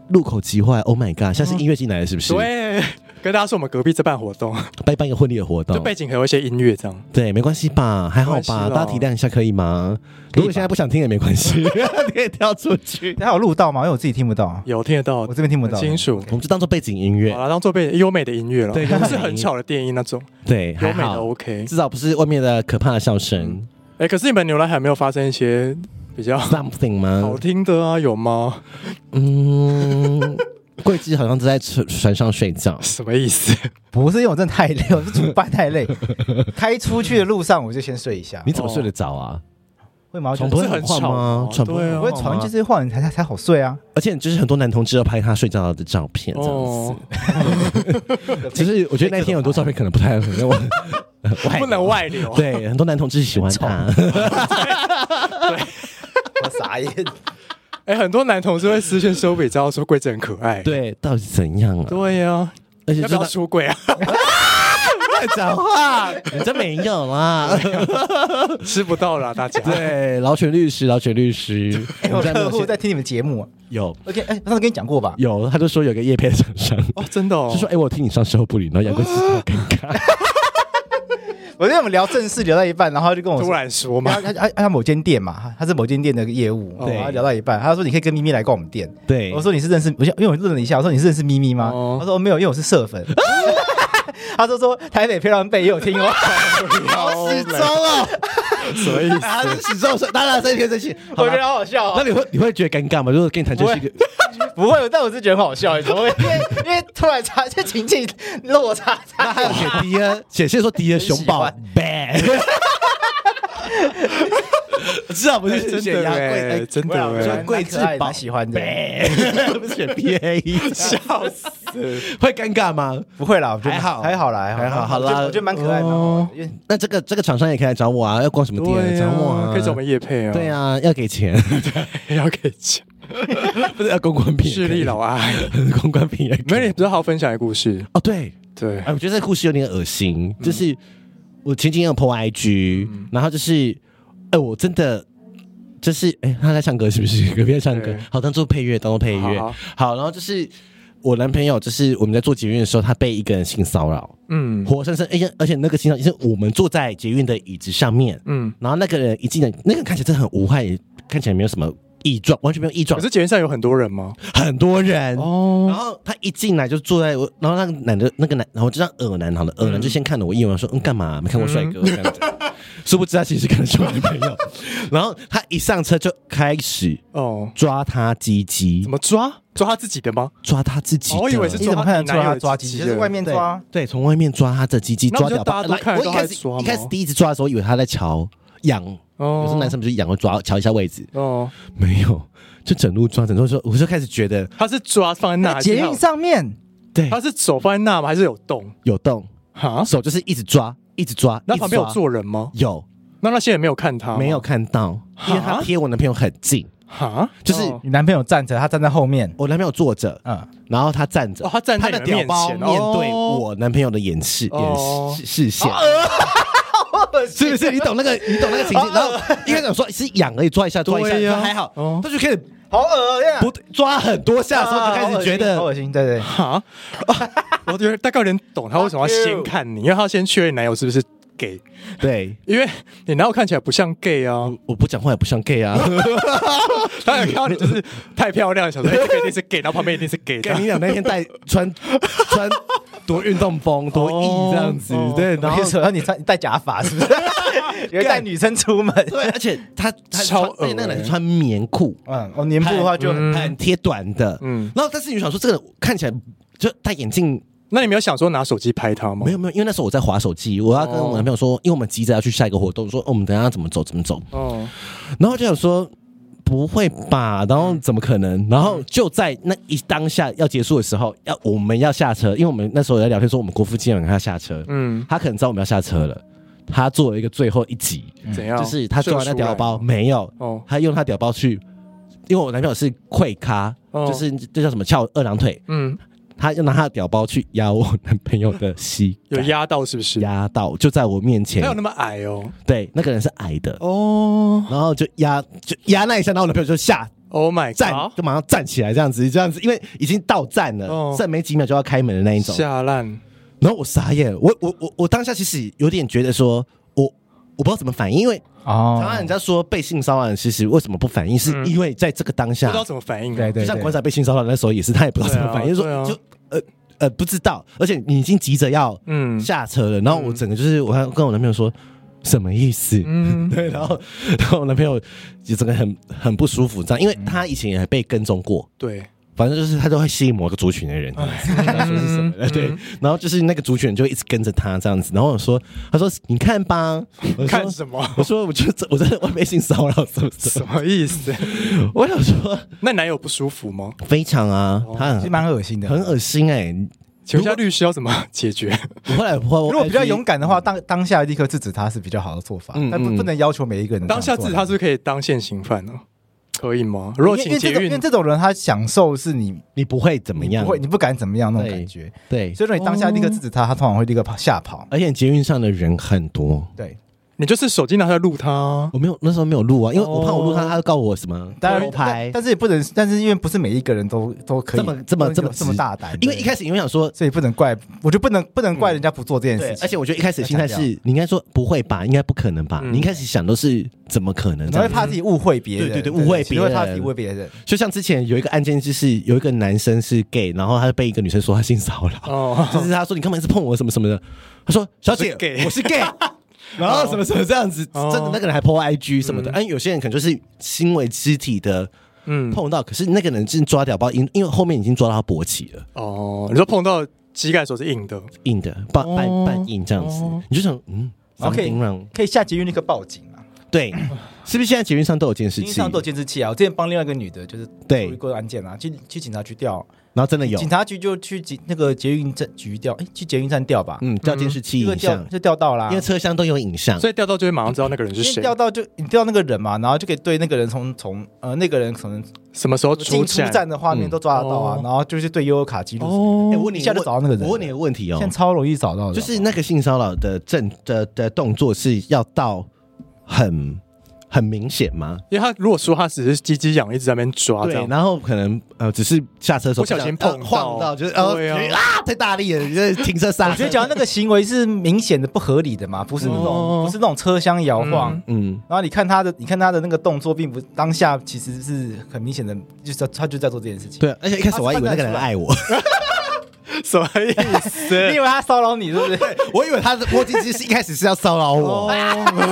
Speaker 2: 入口即化，Oh my god！像是音乐进来了，是不是？
Speaker 1: 对，跟大家说我们隔壁在办活动，
Speaker 2: 办办一个婚礼的活
Speaker 1: 就
Speaker 2: 动，
Speaker 1: 背景还有一些音乐这样。
Speaker 2: 对，没关系吧，还好
Speaker 1: 没关
Speaker 2: 吧，
Speaker 1: 系
Speaker 2: 大
Speaker 1: 啦
Speaker 2: 家体谅一下可以吗？如果现在不想听也没
Speaker 1: [laughs]
Speaker 2: 关系，你可以跳出去，
Speaker 3: 它有录到吗？因为我自己听不到，啊
Speaker 1: 有听得到，
Speaker 3: 我这边听不到。
Speaker 1: 很清楚。
Speaker 2: 我们就当做背景音乐
Speaker 1: 好。了，当做背景优美的音乐了，
Speaker 2: 对
Speaker 1: 不
Speaker 2: 优美的
Speaker 1: 是
Speaker 2: 音乐
Speaker 1: 很吵的电音那种，
Speaker 2: 对，
Speaker 1: 优
Speaker 2: 还
Speaker 1: 美的
Speaker 2: 好，
Speaker 1: OK。
Speaker 2: 至少不是外面的可怕的笑声
Speaker 1: 哎，可是你们牛栏海没有发生一些比较
Speaker 2: ，something 吗
Speaker 1: 嗯好？听的啊？有吗？
Speaker 2: 嗯， [laughs] 桂枝好像都在船船上睡觉，
Speaker 1: 什么意思？
Speaker 3: 不是因为我真的太累， [laughs] 我是主办太累。开出去的路上我就先睡一下。
Speaker 2: 你怎么睡得着啊？
Speaker 3: 会吗？我
Speaker 2: 床
Speaker 3: 觉
Speaker 2: 不
Speaker 3: 得
Speaker 2: 会
Speaker 1: 不是很
Speaker 2: 很哦晃
Speaker 1: 吵
Speaker 2: 吗
Speaker 1: 吗？
Speaker 2: 床不会
Speaker 1: 对啊
Speaker 2: 很
Speaker 3: 不会
Speaker 2: 晃
Speaker 3: 床
Speaker 2: 吗
Speaker 3: 就是换才才才好睡啊。
Speaker 2: 而且就是很多男同志都拍他睡觉的照片，这样
Speaker 1: 哦
Speaker 2: 子。，其实我觉得那天有很多照片可能不太，我
Speaker 1: 不能外流。
Speaker 2: [laughs] 对，很多男同志喜欢他。
Speaker 3: [laughs] 我傻眼。
Speaker 1: 哎，很多男同志会私信收尾，知道说贵子很可爱。
Speaker 2: 对，到底是怎样啊？
Speaker 1: 对呀，
Speaker 2: 而且
Speaker 1: 要
Speaker 2: 真
Speaker 1: 不要
Speaker 2: 的
Speaker 1: 出轨啊？
Speaker 2: 乱讲话，你真没有啦。
Speaker 1: 吃不到啦，大家。
Speaker 2: 对，老犬律师，老犬律师，
Speaker 3: 哎
Speaker 2: 我
Speaker 3: 我
Speaker 2: 们家没
Speaker 3: 客
Speaker 2: 有
Speaker 3: 户
Speaker 2: 先
Speaker 3: 在听你们节目啊。
Speaker 2: 有
Speaker 3: OK，哎，上次跟你讲过吧？
Speaker 2: 有，他就说有个叶片厂商，
Speaker 1: 哦，真的哦
Speaker 2: 就。说哎，我听你上售后不理，然后杨贵妃好尴尬，
Speaker 3: 我跟我们聊正事聊到一半，然后他就跟我哦
Speaker 1: 突
Speaker 3: 说。哎
Speaker 1: 然说嘛
Speaker 3: 他，他他他某间店嘛，他是某间店的业务，
Speaker 2: 对
Speaker 3: 然后聊到一半，他说你可以跟咪咪来逛我们店。
Speaker 2: 对
Speaker 3: 我，说你是认识，我想因为我认了一下，我说你是认识咪咪吗？
Speaker 1: 哦
Speaker 3: 他说没有，因为我是社粉。 [laughs] 他说说台北漂亮贝也有 [laughs] 听哦，
Speaker 1: 好
Speaker 2: 始终
Speaker 3: 啊
Speaker 2: 哦，
Speaker 1: 什么意思？
Speaker 3: [laughs]
Speaker 2: 他是始终说，当然生气生气，好
Speaker 3: 我觉得
Speaker 2: 啦
Speaker 3: 好好笑
Speaker 2: 那
Speaker 3: 哦。
Speaker 2: 你会你会觉得尴尬吗？如果跟你谈就是一个
Speaker 3: 不会，但我是觉得很好 [laughs] 笑，你欸知道吗？因为因为突然差这情境落差
Speaker 2: 那还有
Speaker 3: 差，
Speaker 2: 给迪 [laughs] 恩显现说迪恩熊抱
Speaker 3: 很
Speaker 2: bad，知道不是
Speaker 1: 真
Speaker 2: 选
Speaker 1: 的
Speaker 2: 牙贵
Speaker 1: 哎，真的
Speaker 3: 我
Speaker 1: 哎
Speaker 2: 说贵至宝
Speaker 3: 蛮喜欢欸的，欸
Speaker 2: bad，不是 [laughs] 选 B A，笑死，会尴尬吗？
Speaker 3: 不会啊啦，我觉得
Speaker 2: 还好
Speaker 3: 还好啦，哦
Speaker 2: 还好好啦
Speaker 3: 我觉得我觉得蛮可爱的，蛮好玩的因为
Speaker 2: 那这个这个厂商也可以来找我啊，要逛什么店来
Speaker 1: 对
Speaker 2: 找我啊
Speaker 1: 啊，，可以找我们叶配啊，
Speaker 2: 对，啊，要给钱，
Speaker 1: 要给钱，
Speaker 2: [laughs] 不是要公关品，
Speaker 1: 势力老阿姨，
Speaker 2: [laughs] 公关品也可
Speaker 1: 没有
Speaker 2: 以
Speaker 1: 你比较好分享的故事，
Speaker 2: 哦，对，
Speaker 1: 对
Speaker 2: 哎，，我觉得这个故事有点恶心，就是我前几天有 po IG，、
Speaker 1: 嗯
Speaker 2: 然后就是，哎，我真的。就是哎、他在唱歌是不是？ [laughs] 隔壁在唱歌
Speaker 1: 对，
Speaker 2: 好当做配乐，当做配乐。
Speaker 1: 好好
Speaker 2: 好，然后就是我男朋友，就是我们在做捷运的时候，他被一个人性骚扰，
Speaker 1: 嗯
Speaker 2: 活生生，而且而且那个性骚扰是我们坐在捷运的椅子上面，
Speaker 1: 嗯，
Speaker 2: 然后那个人一进来，那个人看起来真的很无害，也看起来没有什么异状，完全没有异状
Speaker 1: 可，是捷运上有很多人吗？
Speaker 2: 很多人。然
Speaker 1: 哦，
Speaker 2: 后他一进来就坐在我，然后那个男的，那个男，然后就让耳男好了，耳男就先看了我一眼，我说嗯干嘛？没看过帅哥这样子，殊不知他其实看的是我女朋友。然后他一上车就开始
Speaker 1: 哦，
Speaker 2: 抓他鸡鸡
Speaker 1: 怎，么抓？抓他自己的吗？
Speaker 2: 抓他自己的，
Speaker 1: 哦我以为是
Speaker 3: 你怎么看得出来他抓鸡
Speaker 1: 你
Speaker 3: 鸡？
Speaker 1: 男友有鸡鸡
Speaker 3: 就是外面
Speaker 2: 对
Speaker 3: 抓，
Speaker 2: 对，从外面抓他的鸡鸡，
Speaker 1: 那不
Speaker 2: 抓
Speaker 1: 就
Speaker 2: 掉
Speaker 1: 大家
Speaker 2: 吧。
Speaker 1: 都
Speaker 2: 来
Speaker 1: 看得
Speaker 2: 我
Speaker 1: 到
Speaker 2: 一
Speaker 1: 他
Speaker 2: 开
Speaker 1: 在
Speaker 2: 始
Speaker 1: 抓
Speaker 2: 一开
Speaker 1: 吗
Speaker 2: 始第一次抓的时候，以为他在瞧痒，
Speaker 1: 哦，
Speaker 2: 有时候男生不是痒会抓瞧一下位置，
Speaker 1: 哦，
Speaker 2: 没有，就整路抓，整路说，我就开始觉得
Speaker 1: 他是抓放在那，还
Speaker 3: 在
Speaker 1: 是
Speaker 3: 捷
Speaker 1: 要
Speaker 3: 运上面，
Speaker 2: 对
Speaker 1: 他是手放在那吗？还是有动？
Speaker 2: 有动，
Speaker 1: 哈，
Speaker 2: 手就是一直抓，一直抓，
Speaker 1: 那
Speaker 2: 一直
Speaker 1: 旁边有
Speaker 2: 抓
Speaker 1: 坐人吗？
Speaker 2: 有
Speaker 1: 那那些人没有看他吗，
Speaker 2: 没有看到，因为他
Speaker 1: 哈
Speaker 2: 贴我男朋友很近，
Speaker 1: 哈，
Speaker 2: 就是
Speaker 1: 哦
Speaker 3: 你男朋友站着，他站在后面，
Speaker 2: 我男朋友坐着，
Speaker 3: 嗯，
Speaker 2: 然后他站着
Speaker 1: 哦，他站在
Speaker 2: 他
Speaker 1: 你
Speaker 2: 的
Speaker 1: 们
Speaker 2: 屌
Speaker 1: 面
Speaker 2: 包
Speaker 1: 前
Speaker 2: 面对我男朋友的眼视
Speaker 1: 哦
Speaker 2: 眼视视线。是不是你懂那个你懂那个情境？然后一开始想说是痒而已，抓一下抓一下，
Speaker 1: 对呀
Speaker 2: 说还好
Speaker 1: 哦，
Speaker 2: 他就开始
Speaker 3: 好恶心啊！
Speaker 2: 不抓很多下
Speaker 3: 啊
Speaker 2: 的时候，就开始觉
Speaker 3: 好
Speaker 2: 得
Speaker 3: 恶心，对对。
Speaker 1: 哈， [laughs] 我觉得大概有点懂他为什么要先看你，因为他要先确认男友是不是 gay，
Speaker 2: 对，
Speaker 1: 因为你男友看起来不像 gay 啊，
Speaker 2: 我不讲话也不像 gay 啊。
Speaker 1: [laughs] 他有看到你就是太漂亮，想说哎这个一定是 gay，然后旁边一定是 gay，
Speaker 2: 干你俩那天带穿穿多运动风多
Speaker 1: 哦
Speaker 2: 意这样子，
Speaker 1: 哦
Speaker 2: 对，
Speaker 3: 然
Speaker 2: 然
Speaker 3: [laughs]
Speaker 2: 后
Speaker 3: 后说你穿你戴假发是 [laughs] 不是？你会带女生出门？
Speaker 2: 对，而且他他
Speaker 1: 超
Speaker 2: 穿而且那
Speaker 1: 恶
Speaker 2: 个
Speaker 1: 欸
Speaker 2: 男生穿棉裤，
Speaker 3: 嗯，哦，棉布的话就
Speaker 2: 很很贴短的，嗯
Speaker 1: 嗯，
Speaker 2: 然后但是你想说这个人看起来就戴眼镜。
Speaker 1: 那你没有想说拿手机拍他吗？
Speaker 2: 没有没有，因为那时候我在划手机，我要跟我男朋友说，哦因为我们急着要去下一个活动，说、哦、我们等一下要怎么走怎么走，
Speaker 1: 哦，
Speaker 2: 然后我就想说不会吧，然后怎么可能？然后就在那一当下要结束的时候，要我们要下车，因为我们那时候有在聊天说我们国服今晚要下车，
Speaker 1: 嗯，
Speaker 2: 他可能知道我们要下车了，他做了一个最后一集，
Speaker 1: 怎
Speaker 3: 哦
Speaker 1: 样？
Speaker 2: 就是他做完那屌包
Speaker 1: 射出
Speaker 2: 没有，
Speaker 1: 哦
Speaker 2: 他用他屌包去，因为我男朋友是跪咖，
Speaker 1: 哦
Speaker 2: 就是这叫什么翘二郎腿，
Speaker 1: 来，嗯，
Speaker 2: 他就拿他的屌包去压我男朋友的膝
Speaker 1: 有
Speaker 2: 盖，
Speaker 1: 压到是不是？
Speaker 2: 压到就在我面前
Speaker 1: 他有，那么矮哦？
Speaker 2: 对，那个人是矮的，
Speaker 1: 哦
Speaker 2: 然后就压就压那一下，然后我男朋友就吓
Speaker 1: ，Oh my
Speaker 2: 站
Speaker 1: god，
Speaker 2: 就马上站起来，这样子，这样子，因为已经到站了
Speaker 1: 哦，
Speaker 2: 剩没几秒就要开门的那一种。
Speaker 1: 下烂，
Speaker 2: 然后我傻眼，我我我我当下其实有点觉得说，我我不知道怎么反应，因为
Speaker 3: 哦
Speaker 2: 常常人家说被性骚扰，其实为什么不反应，是因为在这个
Speaker 1: 嗯
Speaker 2: 当
Speaker 1: 不
Speaker 2: 下
Speaker 1: 知，道怎么反应啊。
Speaker 3: 对对
Speaker 2: 就像馆长被性骚扰那时候也是，他也不知道怎么反应，就
Speaker 1: 对啊对
Speaker 2: 说就
Speaker 1: 啊
Speaker 2: 呃呃不知道，而且你已经急着要
Speaker 1: 嗯
Speaker 2: 下车了，然后我整个就是我还跟我男朋友说。什么意思？
Speaker 1: 嗯
Speaker 2: [laughs] 对，然后，然后我男朋友就整个很很不舒服，这样，因为他以前也被跟踪过，
Speaker 1: 对，
Speaker 2: 反正就是他都会吸引某个族群的人，
Speaker 3: 啊
Speaker 2: 他说是什么
Speaker 3: 嗯
Speaker 2: 的，对，然后就是那个族群就一直跟着他这样子，然后我说，他说你看吧，我
Speaker 1: 看
Speaker 2: 说
Speaker 1: 什么？
Speaker 3: [laughs]
Speaker 2: 我说我就我真的我被性骚扰是不是？
Speaker 1: 什么意思？
Speaker 2: 我想说
Speaker 1: 那男友不舒服吗？
Speaker 2: [laughs] 非常啊，他
Speaker 3: 其实
Speaker 2: 很
Speaker 3: 蛮恶哦心的，啊
Speaker 2: 很恶心哎、
Speaker 1: 请问一下律师要怎么解决？
Speaker 2: 我后来我
Speaker 3: 如果比较勇
Speaker 2: 敢，
Speaker 3: 敢的话，当当下立刻制止他是比较好的做法，
Speaker 2: 哎嗯
Speaker 3: 但不
Speaker 2: 嗯
Speaker 3: 不能要求每一个人
Speaker 1: 当下制
Speaker 3: 制
Speaker 1: 止他是不是可以当现行犯呢？可以吗？如果
Speaker 3: 因为因
Speaker 1: 请
Speaker 3: 为这
Speaker 1: 捷
Speaker 3: 种因为
Speaker 1: 运，
Speaker 3: 这种人他享受是你
Speaker 2: 你不会怎么
Speaker 3: 你
Speaker 2: 样，
Speaker 3: 不会你不敢怎么样那种
Speaker 2: 对哦
Speaker 3: 感觉，
Speaker 2: 对，
Speaker 3: 所以说你当下立刻制止他，他通常会立刻跑吓跑。
Speaker 2: 而且捷运上的人很多，
Speaker 3: 对，
Speaker 1: 你就是手机拿出来录他啊。
Speaker 2: 我没有那时候没有录啊，因为我怕我录他，
Speaker 1: 哦
Speaker 2: 他要告我什么
Speaker 3: 当
Speaker 2: 偷
Speaker 3: 然
Speaker 2: 拍
Speaker 3: 但，但是也不能，但是因为不是每一个人都都可以
Speaker 2: 这么这么
Speaker 3: 这
Speaker 2: 这么
Speaker 3: 这么
Speaker 2: 直
Speaker 3: 大胆，
Speaker 2: 因为一
Speaker 3: 始
Speaker 2: 开始你会想说。
Speaker 3: 所以不能怪，我就不能不能怪人家不做这件
Speaker 2: 对
Speaker 3: 事，情，
Speaker 2: 而且我觉得一开始的心态
Speaker 3: 要强
Speaker 2: 是，你应该说不会吧，应该不可能吧？
Speaker 1: 嗯
Speaker 2: 你一开始想都是怎么可能？
Speaker 3: 你会怕自己误会别人，
Speaker 2: 对对对误会别人
Speaker 3: 你会怕自己误会别人，
Speaker 2: 就像之前有一个案件，就是有一个男生是 gay，然后他被一个女生说他性骚扰，
Speaker 1: 哦，
Speaker 2: 就是他说你干嘛一直碰我什么什么的，他说小姐
Speaker 1: 我是 gay
Speaker 2: 我是
Speaker 3: [laughs]
Speaker 2: gay，然
Speaker 3: 哦
Speaker 2: 后什么什么这样子，
Speaker 1: 哦
Speaker 3: 嗯
Speaker 2: 真的那个人还 po IG 什么的，哎，有些人可能就是行为肢体的
Speaker 1: 嗯，
Speaker 2: 碰到，可是那个人是抓掉包，因因为后面已经抓到他勃起了，
Speaker 1: 哦，你说碰到膝盖的时候是硬的，
Speaker 2: 硬的半
Speaker 1: 哦
Speaker 2: 半半硬这样子
Speaker 1: 哦，
Speaker 2: 你就想嗯
Speaker 3: OK
Speaker 2: ，something wrong，
Speaker 3: 可以下捷运立刻报警啊嘛？
Speaker 2: [laughs] 对，是不是现在捷运上都有监视
Speaker 3: 捷运
Speaker 2: 器？
Speaker 3: 上都有监视器啊！我之前帮另外一个女的，就是
Speaker 2: 对
Speaker 3: 处理过案件啊，去去警察局调，
Speaker 2: 然后真的有
Speaker 3: 警，察局就去警那个捷运站局调，哎，去捷运站调吧，
Speaker 2: 嗯，叫监视器
Speaker 3: 这个
Speaker 2: 影
Speaker 3: 调
Speaker 2: 像，
Speaker 3: 就调到啦
Speaker 2: 因为。啊车厢都有影像，
Speaker 1: 所以调到就会马上知道那个人是
Speaker 3: 因为
Speaker 1: 谁，
Speaker 3: 调到就你调到那个人嘛，然后就可以对那个人从从呃那个人可能
Speaker 1: 什么时候
Speaker 3: 进
Speaker 1: 出
Speaker 3: 出站的画面
Speaker 2: 嗯
Speaker 3: 都抓得到啊，
Speaker 1: 哦
Speaker 3: 然后就是对悠悠卡记录。
Speaker 1: 哦
Speaker 2: 哎，我问你
Speaker 3: 一下
Speaker 2: 个
Speaker 3: 就
Speaker 2: 问
Speaker 3: 找到那个人了
Speaker 2: 我问你个问题哦
Speaker 3: 现在，超容易找到的，
Speaker 2: 就是那个性骚扰的正的的动作是要到很很明显吗？
Speaker 1: 因为他如果说他只是鸡鸡痒，一直在那边抓这
Speaker 2: 对，
Speaker 1: 样，
Speaker 2: 然后可能呃，只是下车的时候
Speaker 1: 不小心
Speaker 2: 不小
Speaker 1: 碰到
Speaker 2: 晃到，就是呃
Speaker 1: 对啊
Speaker 2: 觉得啊，太大力了，就是停车刹
Speaker 3: 我觉得
Speaker 2: 车。
Speaker 3: 只要那个行为是明显的不合理的嘛，不是那种、
Speaker 1: 哦
Speaker 3: 不是那种车厢摇晃。
Speaker 1: 嗯
Speaker 2: 嗯，
Speaker 3: 然后你看他的，你看他的那个动作，并不当下其实是很明显的，就是他就在做这件事情。
Speaker 2: 对，而且一开始我还以为那个人爱我， [laughs]
Speaker 1: 什么意
Speaker 3: 你以
Speaker 1: 思？
Speaker 3: 为他骚扰你是不是？
Speaker 2: 我以为他我其实是一开始是要骚扰
Speaker 1: 哦
Speaker 2: 我，
Speaker 3: 那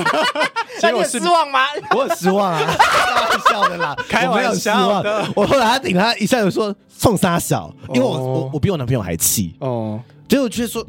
Speaker 1: 结
Speaker 3: 你
Speaker 1: 果
Speaker 3: 很
Speaker 1: 是
Speaker 3: 失望吗？
Speaker 2: [laughs] 我很失
Speaker 1: [laughs]
Speaker 2: 望啊，开玩笑的啦，
Speaker 1: 开玩笑的
Speaker 2: 我没有失望。我后来他顶他一下就说送沙小，因为我、
Speaker 1: 哦
Speaker 2: 我我比我男朋友还气，
Speaker 1: [laughs] 哦，
Speaker 2: 结果我觉得说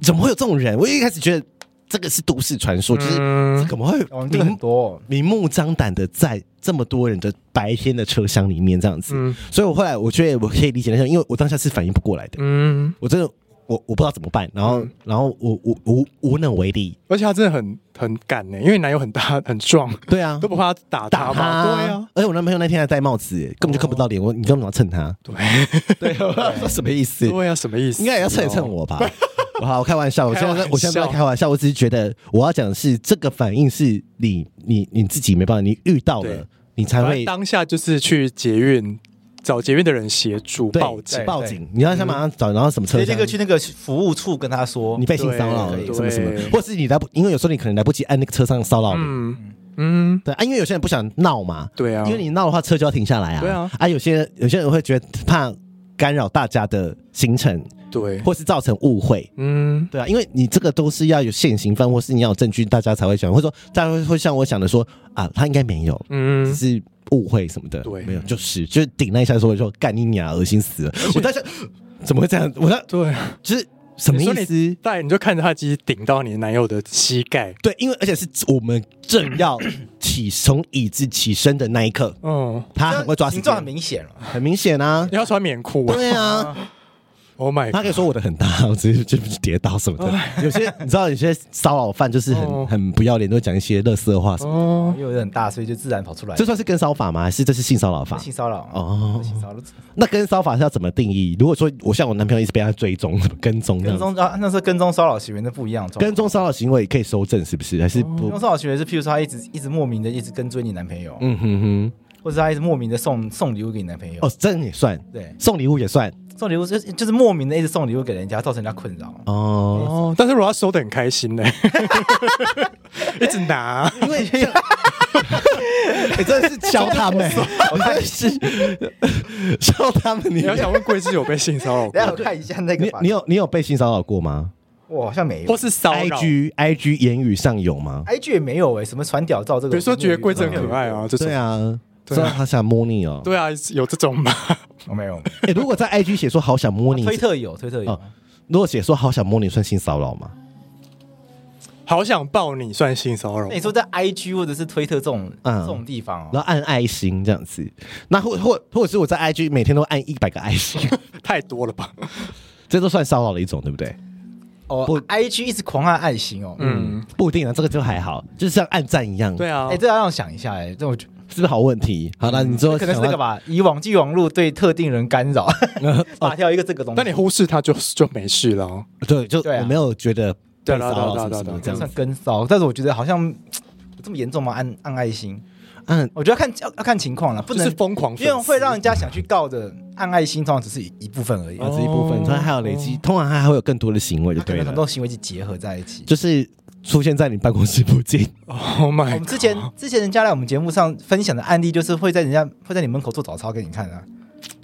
Speaker 2: 怎么会有这种人？我一开始觉得这个是都市传说，就是
Speaker 1: 嗯，
Speaker 2: 怎么会
Speaker 3: 哦，这个很
Speaker 2: 明
Speaker 3: 多哦、
Speaker 2: 明目张胆的在这么多人的白天的车厢里面这样子？
Speaker 1: 嗯
Speaker 2: 所以我后来我觉得我可以理解那些人，因为我当下是反应不过来的，
Speaker 1: 嗯，
Speaker 2: 我真的我我不知道怎么办，然后、然后我我我无无能为力。
Speaker 1: 而且他真的很很敢欸呢，因为你男友很大很壮，
Speaker 2: 对啊
Speaker 1: 都，不怕他打
Speaker 2: 打
Speaker 1: 他
Speaker 2: 他
Speaker 1: 嘛，对啊，，
Speaker 2: 而且我男朋友那天还戴帽子，根本就看不到脸，我你干嘛蹭他？
Speaker 1: 对啊
Speaker 2: 对， [laughs] 什么意
Speaker 1: [laughs]
Speaker 2: 思？
Speaker 1: 对啊啊，什么意思？哦
Speaker 2: 应该也要蹭一蹭我吧？ [laughs] 好，我开玩笑，我现在在我现在不在开玩笑，我只是觉得我要讲的是这个反应是你你你自己没办法，你遇到了
Speaker 1: 对
Speaker 2: 你才
Speaker 1: 反正
Speaker 2: 会
Speaker 1: 当下就是去捷运找捷运的人协助
Speaker 2: 对
Speaker 1: 报警
Speaker 3: 对，
Speaker 2: 报警，你要想马上找，然后什么
Speaker 3: 所
Speaker 2: 车
Speaker 3: 以这
Speaker 2: 厢
Speaker 3: 个去那个服务处跟他说
Speaker 2: 你，被性骚扰了
Speaker 1: 对
Speaker 2: 什么什么
Speaker 1: 对，
Speaker 2: 或是你来不，因为有时候你可能来不及按那个车上骚扰你，
Speaker 1: 嗯嗯，
Speaker 2: 对啊，因为有些人不想闹嘛，
Speaker 1: 对啊，
Speaker 2: 因为你闹的话，车就要停下来啊。
Speaker 1: 对啊，
Speaker 2: 有些人有些人会觉得怕干扰大家的行程，
Speaker 1: 对，
Speaker 2: 或是造成误会。
Speaker 1: 嗯
Speaker 2: 对啊，因为你这个都是要有现行犯，或是你要有证据，大家才会想，或者说大家会会像我想的说啊，他应该没有，只
Speaker 1: 嗯，
Speaker 2: 是误会什么的。
Speaker 1: 对
Speaker 2: 没有，就是就是顶那一下的时候，我就说干你娘，恶心死了！ [laughs] 我当时怎么会这样？我当
Speaker 1: 对，
Speaker 2: 就是什么
Speaker 1: 你说
Speaker 2: 意思？
Speaker 1: 但你就看着他鸡顶到你的男友的膝盖，
Speaker 2: 对，因为而且是我们正要起从椅子起身的那一刻，
Speaker 1: 嗯，
Speaker 2: 他很会抓时
Speaker 3: 形
Speaker 2: 间
Speaker 3: 状很，明显了。
Speaker 2: 很明显啊。
Speaker 1: 你要穿棉裤啊
Speaker 2: 对啊，
Speaker 1: ，Oh my，
Speaker 2: [laughs] 他
Speaker 1: god，
Speaker 2: 可以说我的很大，我直接就跌倒什么的。有些你知道，有些骚扰犯就是很
Speaker 1: 哦
Speaker 2: 很不要脸，都会讲一些乐色话什么。
Speaker 1: 哦，
Speaker 3: 因为有很大，所以就自然跑出来
Speaker 2: 这。算是跟骚法吗？还是这是性骚扰法？
Speaker 3: 性骚扰
Speaker 2: 哦
Speaker 3: 性骚扰。
Speaker 2: 那跟骚法是要怎么定义？如果说我像我男朋友一直被他追踪、跟踪这样
Speaker 3: 跟
Speaker 2: 子，
Speaker 3: 踪啊，那是跟踪骚扰行为，那不一样的状况。
Speaker 2: 跟踪骚扰行为可以收证是不是？还是
Speaker 3: 跟
Speaker 2: 不
Speaker 3: 踪？骚扰行为是，譬如说他一直一直莫名的一直跟追你男朋友，
Speaker 2: 嗯哼哼，
Speaker 3: 或者他一直莫名的送送礼物给你男朋友。
Speaker 2: 哦，这样也算，
Speaker 3: 对，
Speaker 2: 送礼物也算
Speaker 3: 送礼物就是就是莫名的一直送礼物给人家，造成人家困扰。
Speaker 1: [laughs]
Speaker 2: 哦。
Speaker 1: 哦，但是如果他收的很开心呢， [laughs] 一直拿，啊
Speaker 2: 因为像你真的是教他们，我真的是教他们。你
Speaker 1: 你要想问桂枝有被性骚扰过
Speaker 3: [laughs] 等一下我看一下那个
Speaker 2: 你
Speaker 3: 吧，
Speaker 2: 你有你有被性骚扰过吗
Speaker 3: 我好像没有
Speaker 1: 或是骚扰
Speaker 2: ？IG IG 言语上有吗？
Speaker 3: ，IG 也没有哎，什么传屌照这个，
Speaker 1: 比如说觉得桂枝很
Speaker 3: 我没有遇
Speaker 1: 可
Speaker 3: 过
Speaker 1: 爱，啊，这种
Speaker 2: 对，啊，
Speaker 1: 对啊
Speaker 2: 说好想摸你哦。
Speaker 1: 对啊，有这种吗？ [laughs]
Speaker 3: 我没有。
Speaker 2: [laughs] 哎，如果在 IG 写说好想摸
Speaker 1: 啊
Speaker 2: 你，
Speaker 3: 推特有，推特有
Speaker 2: 哦，如果写说好想摸你，算性骚扰吗？
Speaker 1: 好想抱你算性骚扰
Speaker 3: 那你？说在 IG 或者是推特这种
Speaker 2: 嗯
Speaker 3: 这种地方
Speaker 1: 啊
Speaker 2: 然后
Speaker 3: 哦，
Speaker 2: 按爱心这样子，那或或或者是我在 IG 每天都按一百个爱心， [laughs]
Speaker 1: 太多了吧？
Speaker 2: 这都算骚扰的一种，对不对？
Speaker 3: 哦
Speaker 2: 不
Speaker 3: ，IG 一直狂按爱心哦，嗯，
Speaker 1: 嗯，
Speaker 2: 不一定啊，这个就还好，就是像按赞一样，
Speaker 1: 对啊
Speaker 3: 哎，，这要让我想一下哎，这我觉
Speaker 2: 是不是好问题？好了，
Speaker 1: 嗯
Speaker 2: 你说
Speaker 3: 可能是那个
Speaker 2: 吧？
Speaker 3: 吧，以网际网路对特定人干
Speaker 2: [laughs]
Speaker 3: 扰，
Speaker 2: 哦
Speaker 3: [laughs] 打掉一个这个东西。
Speaker 1: 但你忽视他就就没事了哦。
Speaker 2: 对，就
Speaker 3: 对啊
Speaker 2: 我没有觉得
Speaker 1: 对
Speaker 2: 被
Speaker 1: 啊对啊对
Speaker 2: 骚扰什
Speaker 1: 啊
Speaker 2: 么
Speaker 1: 对啊
Speaker 2: 什么这
Speaker 3: 这
Speaker 2: 样子
Speaker 3: 算。跟骚，但是我觉得好像有这么严重吗？按按爱心，
Speaker 1: 啊
Speaker 2: 嗯，
Speaker 3: 我觉得要看要要看情况了，不
Speaker 1: 就
Speaker 3: 能
Speaker 1: 是疯狂粉
Speaker 3: 因
Speaker 1: 丝，
Speaker 3: 为会让人家想去告的按爱心，通常只是一一部分而已，
Speaker 2: 啊，
Speaker 1: 哦
Speaker 2: 这一部分，它还有累积，通常它还会有更多的行为，就
Speaker 3: 它可
Speaker 2: 对
Speaker 3: 能
Speaker 2: 了
Speaker 3: 很。多行为是结合在一起。
Speaker 2: 就是出现在你办公室附近。
Speaker 1: [laughs] Oh
Speaker 3: 我
Speaker 1: my！
Speaker 3: 们之前之前人家来我们节目上分享的案例，就是会在人家会在你门口做早操给你看啊，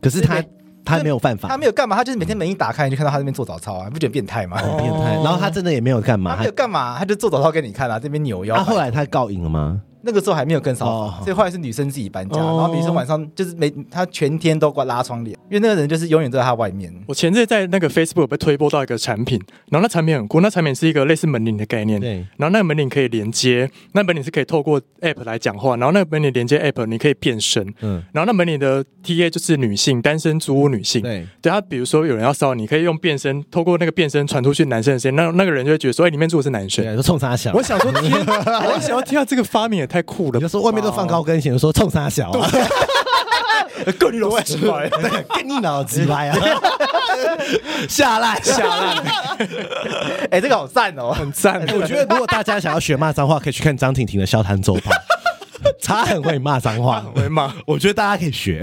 Speaker 2: 可是他
Speaker 3: 对
Speaker 2: 他没有犯
Speaker 3: 他
Speaker 2: 法，
Speaker 3: 没有干嘛，他就是每天门一打开你就看到他在那边做早操啊，你不觉得变态吗？
Speaker 2: 很变态。
Speaker 1: 哦
Speaker 2: 然后他真的也没有干嘛。
Speaker 3: 他没有
Speaker 2: 他
Speaker 3: 干嘛，他就做早操给你看啊，这边扭腰摆。
Speaker 2: 他后来他告赢了吗？
Speaker 3: 那个时候还没有跟扫
Speaker 2: 哦
Speaker 3: 房，所以后来是女生自己搬家，然
Speaker 1: 哦
Speaker 3: 后女生晚上就是每她全天都挂拉窗帘，因为那个人就是永远都在她外面。
Speaker 1: 我前阵在那个 Facebook 有被推播到一个产品，然后那产品很酷，那产品是一个类似门铃的概念，
Speaker 2: 对
Speaker 1: 然后那个门铃可以连接，那门铃是可以透过 App 来讲话，然后那个门铃连接 App 你可以变身，
Speaker 2: 嗯，
Speaker 1: 然后那门铃的 TA 就是女性单身租屋女性，
Speaker 2: 对，
Speaker 1: 对他，比如说有人要骚扰你，可以用变身，透过那个变身传出去男生的声音，那那个人就会觉得说，哎、里面住的是男生。
Speaker 2: 对，就冲他小啊
Speaker 1: 我。想说，
Speaker 2: [laughs]
Speaker 1: 天，我想要听到这个发明也太酷了
Speaker 2: 你就
Speaker 1: 吧，
Speaker 2: 说外面都放高跟鞋，你说冲他小啊，
Speaker 1: 够你 [laughs] 老实白。
Speaker 2: [laughs] 跟你脑子来啊，下 [laughs] 来下来。
Speaker 3: 哎，这个好赞哦！
Speaker 1: 很赞，
Speaker 2: 哎我觉得如果大家想要学骂脏话，可以去看张婷婷的《笑谈周报》， [laughs] 她很会骂脏话，
Speaker 1: 我会骂。
Speaker 2: 我觉得大家可以学，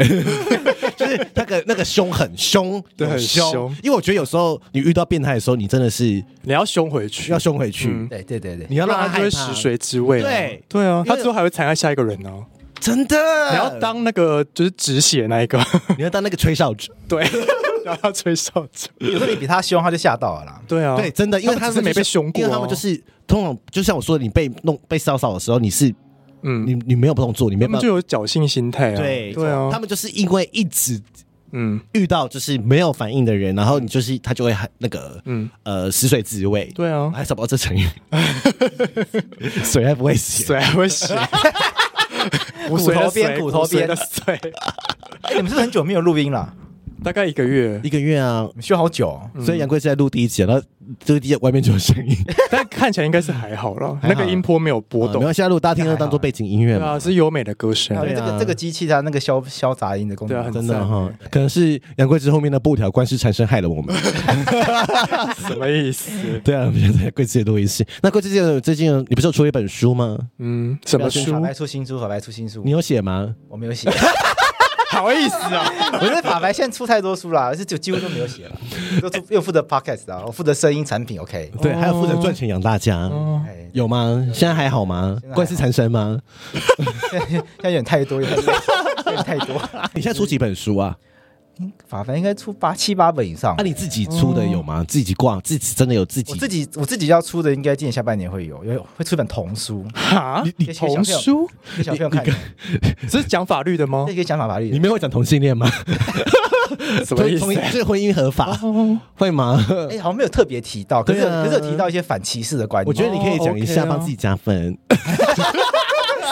Speaker 2: 就是那个那个凶很凶，
Speaker 1: 对很凶
Speaker 2: 因为我觉得有时候你遇到变态的时候，你真的是
Speaker 1: 你要凶回去，
Speaker 2: 要凶回去，
Speaker 1: 嗯
Speaker 3: 对对对对，
Speaker 2: 你要
Speaker 1: 不
Speaker 2: 让
Speaker 1: 然
Speaker 2: 他
Speaker 1: 他
Speaker 2: 害
Speaker 1: 就
Speaker 2: 怕
Speaker 1: 会食，髓知味啊。
Speaker 2: 对
Speaker 1: 对啊，
Speaker 2: 因
Speaker 1: 他
Speaker 2: 为嗯
Speaker 1: 之后还会残害下一个人呢。
Speaker 2: 真的。
Speaker 1: 你要当那个就是止血那一
Speaker 2: [laughs]
Speaker 1: 个，
Speaker 2: 你要当那个吹哨者，
Speaker 1: 对， [laughs] 然后他吹哨子。
Speaker 3: 有时候你比他凶，他就吓到了啦。
Speaker 1: 对啊，
Speaker 2: 对，哦真的，因为他
Speaker 1: 们只是没被凶过啊，
Speaker 2: 因为他们就是通常就像我说的，你被弄被骚扰的时候，你是
Speaker 1: 嗯，
Speaker 2: 你你没有动作，你没
Speaker 1: 他
Speaker 2: 有办
Speaker 1: 们
Speaker 2: 法
Speaker 1: 就。有侥幸心态啊。
Speaker 2: 对
Speaker 1: 对啊，
Speaker 2: 他们就是因为一直
Speaker 1: 嗯
Speaker 2: 遇到就是没有反应的人，然后你就是他就会很那个
Speaker 1: 嗯，
Speaker 2: 呃食髓知味，
Speaker 1: 对
Speaker 2: 我
Speaker 1: 啊，
Speaker 2: 还找不到这
Speaker 1: [laughs]
Speaker 2: 成语，水还不会写，
Speaker 1: 水还会洗，
Speaker 2: [laughs]
Speaker 1: 骨
Speaker 3: 骨头边骨头边
Speaker 1: 的水，
Speaker 3: 哎，你们是不是很久没有录音了？
Speaker 1: 大概一个月
Speaker 2: 一，个月啊
Speaker 3: 你。们休好久哦。
Speaker 1: 嗯
Speaker 2: 所以杨贵是在录第一集，然后这个第一集外面就有声音，
Speaker 1: 但看起来应该是还好了，
Speaker 2: 还
Speaker 1: 那
Speaker 2: 好
Speaker 1: 个音波没有波
Speaker 2: 没
Speaker 1: 动
Speaker 2: 关。系啊，录大家听就当做背景音乐
Speaker 1: 对
Speaker 2: 嘛。
Speaker 1: 啊，是优美的歌声
Speaker 2: [laughs]
Speaker 3: 然后。
Speaker 2: 对
Speaker 3: 这
Speaker 2: 啊
Speaker 3: 个这个机器它那个消消杂音的功
Speaker 1: 对啊
Speaker 3: 能
Speaker 1: 很，
Speaker 2: 真的哈，可能是杨贵枝后面的布条官司缠身害了我们。 [laughs]
Speaker 1: 什么意思？
Speaker 2: 对啊，我们就在贵枝的录音室。那贵枝姐最近有你不是有出一本书吗？
Speaker 1: 嗯，什么
Speaker 3: 法
Speaker 1: 书？
Speaker 3: 白出新书，法白出新书
Speaker 2: 你，有写吗？
Speaker 3: 我没有写。
Speaker 1: [laughs]
Speaker 3: [laughs]
Speaker 1: 好意思啊！
Speaker 2: [laughs]
Speaker 3: 我觉得法白现在出太多书啦，是就几乎都没有写了， [laughs] 都出又负责 podcast 啊，我负责声音产品，OK。
Speaker 2: 对，还有负责赚钱养大家，
Speaker 3: 哎， [laughs]
Speaker 2: 有吗？哦现在还好吗
Speaker 3: 现在还？好
Speaker 2: 官司缠身吗？
Speaker 3: 现在现在有点太多，有点有点太多。
Speaker 2: 你现在出几本书啊？
Speaker 3: 法白应该出八七八本以上
Speaker 2: 啊，。你自己出的有吗？自己挂，自己真的哦有自己？
Speaker 3: 我自己我自己要出的，应该今年下半年会有，有会出一本童书，
Speaker 1: 哈，
Speaker 3: 你
Speaker 1: 童书
Speaker 3: 给小朋友看的，
Speaker 1: 这是讲法律的吗
Speaker 3: 这？可以讲法法律
Speaker 2: 你
Speaker 3: 的。
Speaker 2: 们会讲同性恋吗？
Speaker 1: 什
Speaker 2: [laughs]
Speaker 1: 么意思
Speaker 2: 同？这婚姻合法会吗？
Speaker 3: 哎，好像没有特别提到，可是有
Speaker 2: 对啊
Speaker 3: 可是有提到一些反歧视的观
Speaker 2: 我
Speaker 3: 念。
Speaker 2: 觉得你可以讲一
Speaker 1: 哦
Speaker 2: 下，
Speaker 1: ，OK 啊
Speaker 2: 帮自己加分。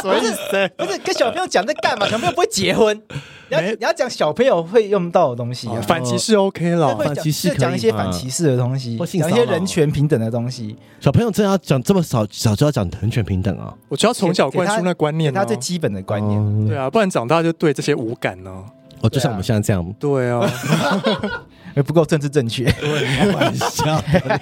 Speaker 1: 什么意思？
Speaker 3: 不是跟小朋友讲在干嘛？小朋友不会结婚，你要
Speaker 1: 没
Speaker 3: 你要讲小朋友会用到的东西啊
Speaker 1: 哦。反歧视 OK 了
Speaker 3: 会，讲
Speaker 2: 反歧视
Speaker 3: 就讲一些
Speaker 2: 可以吗
Speaker 3: 哦反歧视的东西
Speaker 2: 或，性骚
Speaker 3: 讲
Speaker 2: 扰
Speaker 3: 一些人权平等的东西，
Speaker 2: 小朋友真的要讲这么少，早就要讲人权平等啊！
Speaker 1: 我就要从小灌
Speaker 3: 给
Speaker 1: 输
Speaker 3: 他
Speaker 1: 那观念
Speaker 3: 给
Speaker 1: 啊
Speaker 3: 他。最基本的观念。
Speaker 2: 哦
Speaker 1: 对啊，不然长大就对这些无感呢。
Speaker 2: 哦，就像我们现在这样，
Speaker 1: 对 [laughs] 啊，
Speaker 3: 而不够政治正确。
Speaker 2: 开玩笑的啦。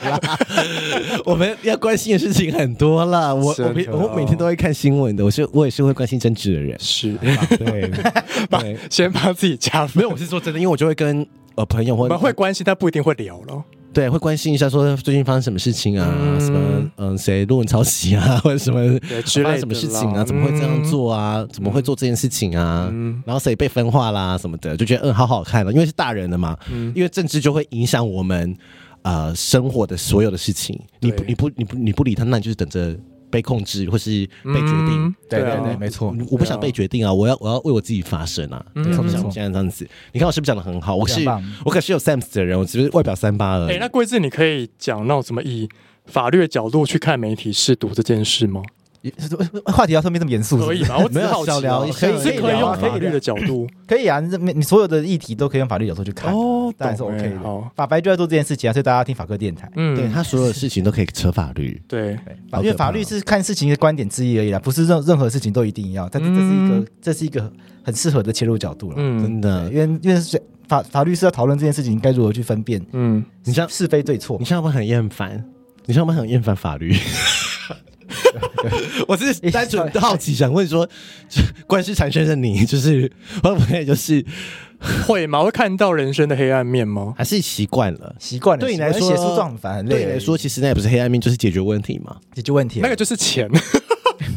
Speaker 2: 我们要关心的事情很多啦。我
Speaker 1: 真
Speaker 2: 我
Speaker 1: 的
Speaker 2: 每
Speaker 1: 哦。
Speaker 2: 我每天都会看新闻的，我是我也是会关心政治的人
Speaker 1: 是，
Speaker 2: 对 [laughs] 对，
Speaker 1: [laughs] 先帮自己加分。
Speaker 2: 没有，我是说真的，因为我就会跟呃朋友
Speaker 1: 我
Speaker 2: 或
Speaker 1: 们会关心，但不一定会聊了。
Speaker 2: 对，会关心一下说最近发生什么事情啊，
Speaker 1: 嗯
Speaker 2: 什么嗯谁论文抄袭啊， [laughs] 或者什么
Speaker 1: 对之类的啦嗯
Speaker 2: 发生什么事情啊，怎么会这样做啊，怎么会做这件事情啊，然后谁被分化啦什么的，就觉得嗯好好看了，因为是大人了嘛，
Speaker 1: 嗯
Speaker 2: 因为政治就会影响我们呃生活的所有的事情，你不
Speaker 1: 对
Speaker 2: 你不你不你不理他，那你就是等着被控制或是被决定。
Speaker 1: 嗯对啊，
Speaker 3: 没错。
Speaker 2: 我不想被决定啊！我要我要为我自己发声啊！
Speaker 1: 嗯
Speaker 2: 对，我不
Speaker 1: 没
Speaker 2: 想
Speaker 3: 错
Speaker 2: 现在这样子。你看我是不是讲的很好？我是
Speaker 3: 非常棒
Speaker 2: 我可是有 Sams 的人，我只是外表三八而
Speaker 1: 哎、
Speaker 2: 已。
Speaker 1: 那桂志，你可以讲那种什么以法律的角度去看媒体试读这件事吗？
Speaker 3: 话题要说没这么严肃，
Speaker 1: 可以吗？我只
Speaker 2: 没
Speaker 1: 是
Speaker 2: 有
Speaker 1: 好奇
Speaker 2: 小聊
Speaker 1: 哦
Speaker 2: 一下
Speaker 1: 可以
Speaker 3: 可
Speaker 1: 是可
Speaker 3: 以
Speaker 1: 以
Speaker 3: 聊
Speaker 1: 用
Speaker 3: 啊
Speaker 1: 法
Speaker 3: 可以
Speaker 1: 律
Speaker 3: 聊
Speaker 1: 的角度
Speaker 3: 可以啊，你这没你所有的议题都可以用法律角度去看，
Speaker 1: 哦，
Speaker 3: 当然是
Speaker 1: 懂
Speaker 3: OK
Speaker 1: 哎
Speaker 3: 的。
Speaker 1: 好，
Speaker 3: 法白就在做这件事情啊，所以大家听法科电台。
Speaker 1: 嗯，
Speaker 2: 对他所有的事情都可以扯法律。
Speaker 1: 对，
Speaker 3: 对，
Speaker 2: 好可怕
Speaker 3: 因为法律是看事情的观点之一而已啦，不是任任何事情都一定要，但是这是一
Speaker 1: 嗯
Speaker 3: 个这是一个很适合的切入角度了。
Speaker 1: 嗯
Speaker 2: 真的
Speaker 3: 对，因为因为是法法律是要讨论这件事情该如何去分辨
Speaker 1: 嗯，
Speaker 2: 你像
Speaker 3: 是非对错
Speaker 2: 你。像我们很厌烦，你像我们很厌烦法律。 [laughs] 我只是单纯好奇，想问说，就官司缠身的你，就是会不会就是
Speaker 1: 会吗？会看到人生的黑暗面吗？
Speaker 2: 还是习惯了？
Speaker 3: 习惯了，
Speaker 2: 对你来说
Speaker 3: 写诉状很烦，很累而
Speaker 2: 对
Speaker 3: 已。
Speaker 2: 你来说，其实那也不是黑暗面，就是解决问题嘛。啊
Speaker 3: 解决问题而已，
Speaker 1: 那个就是钱，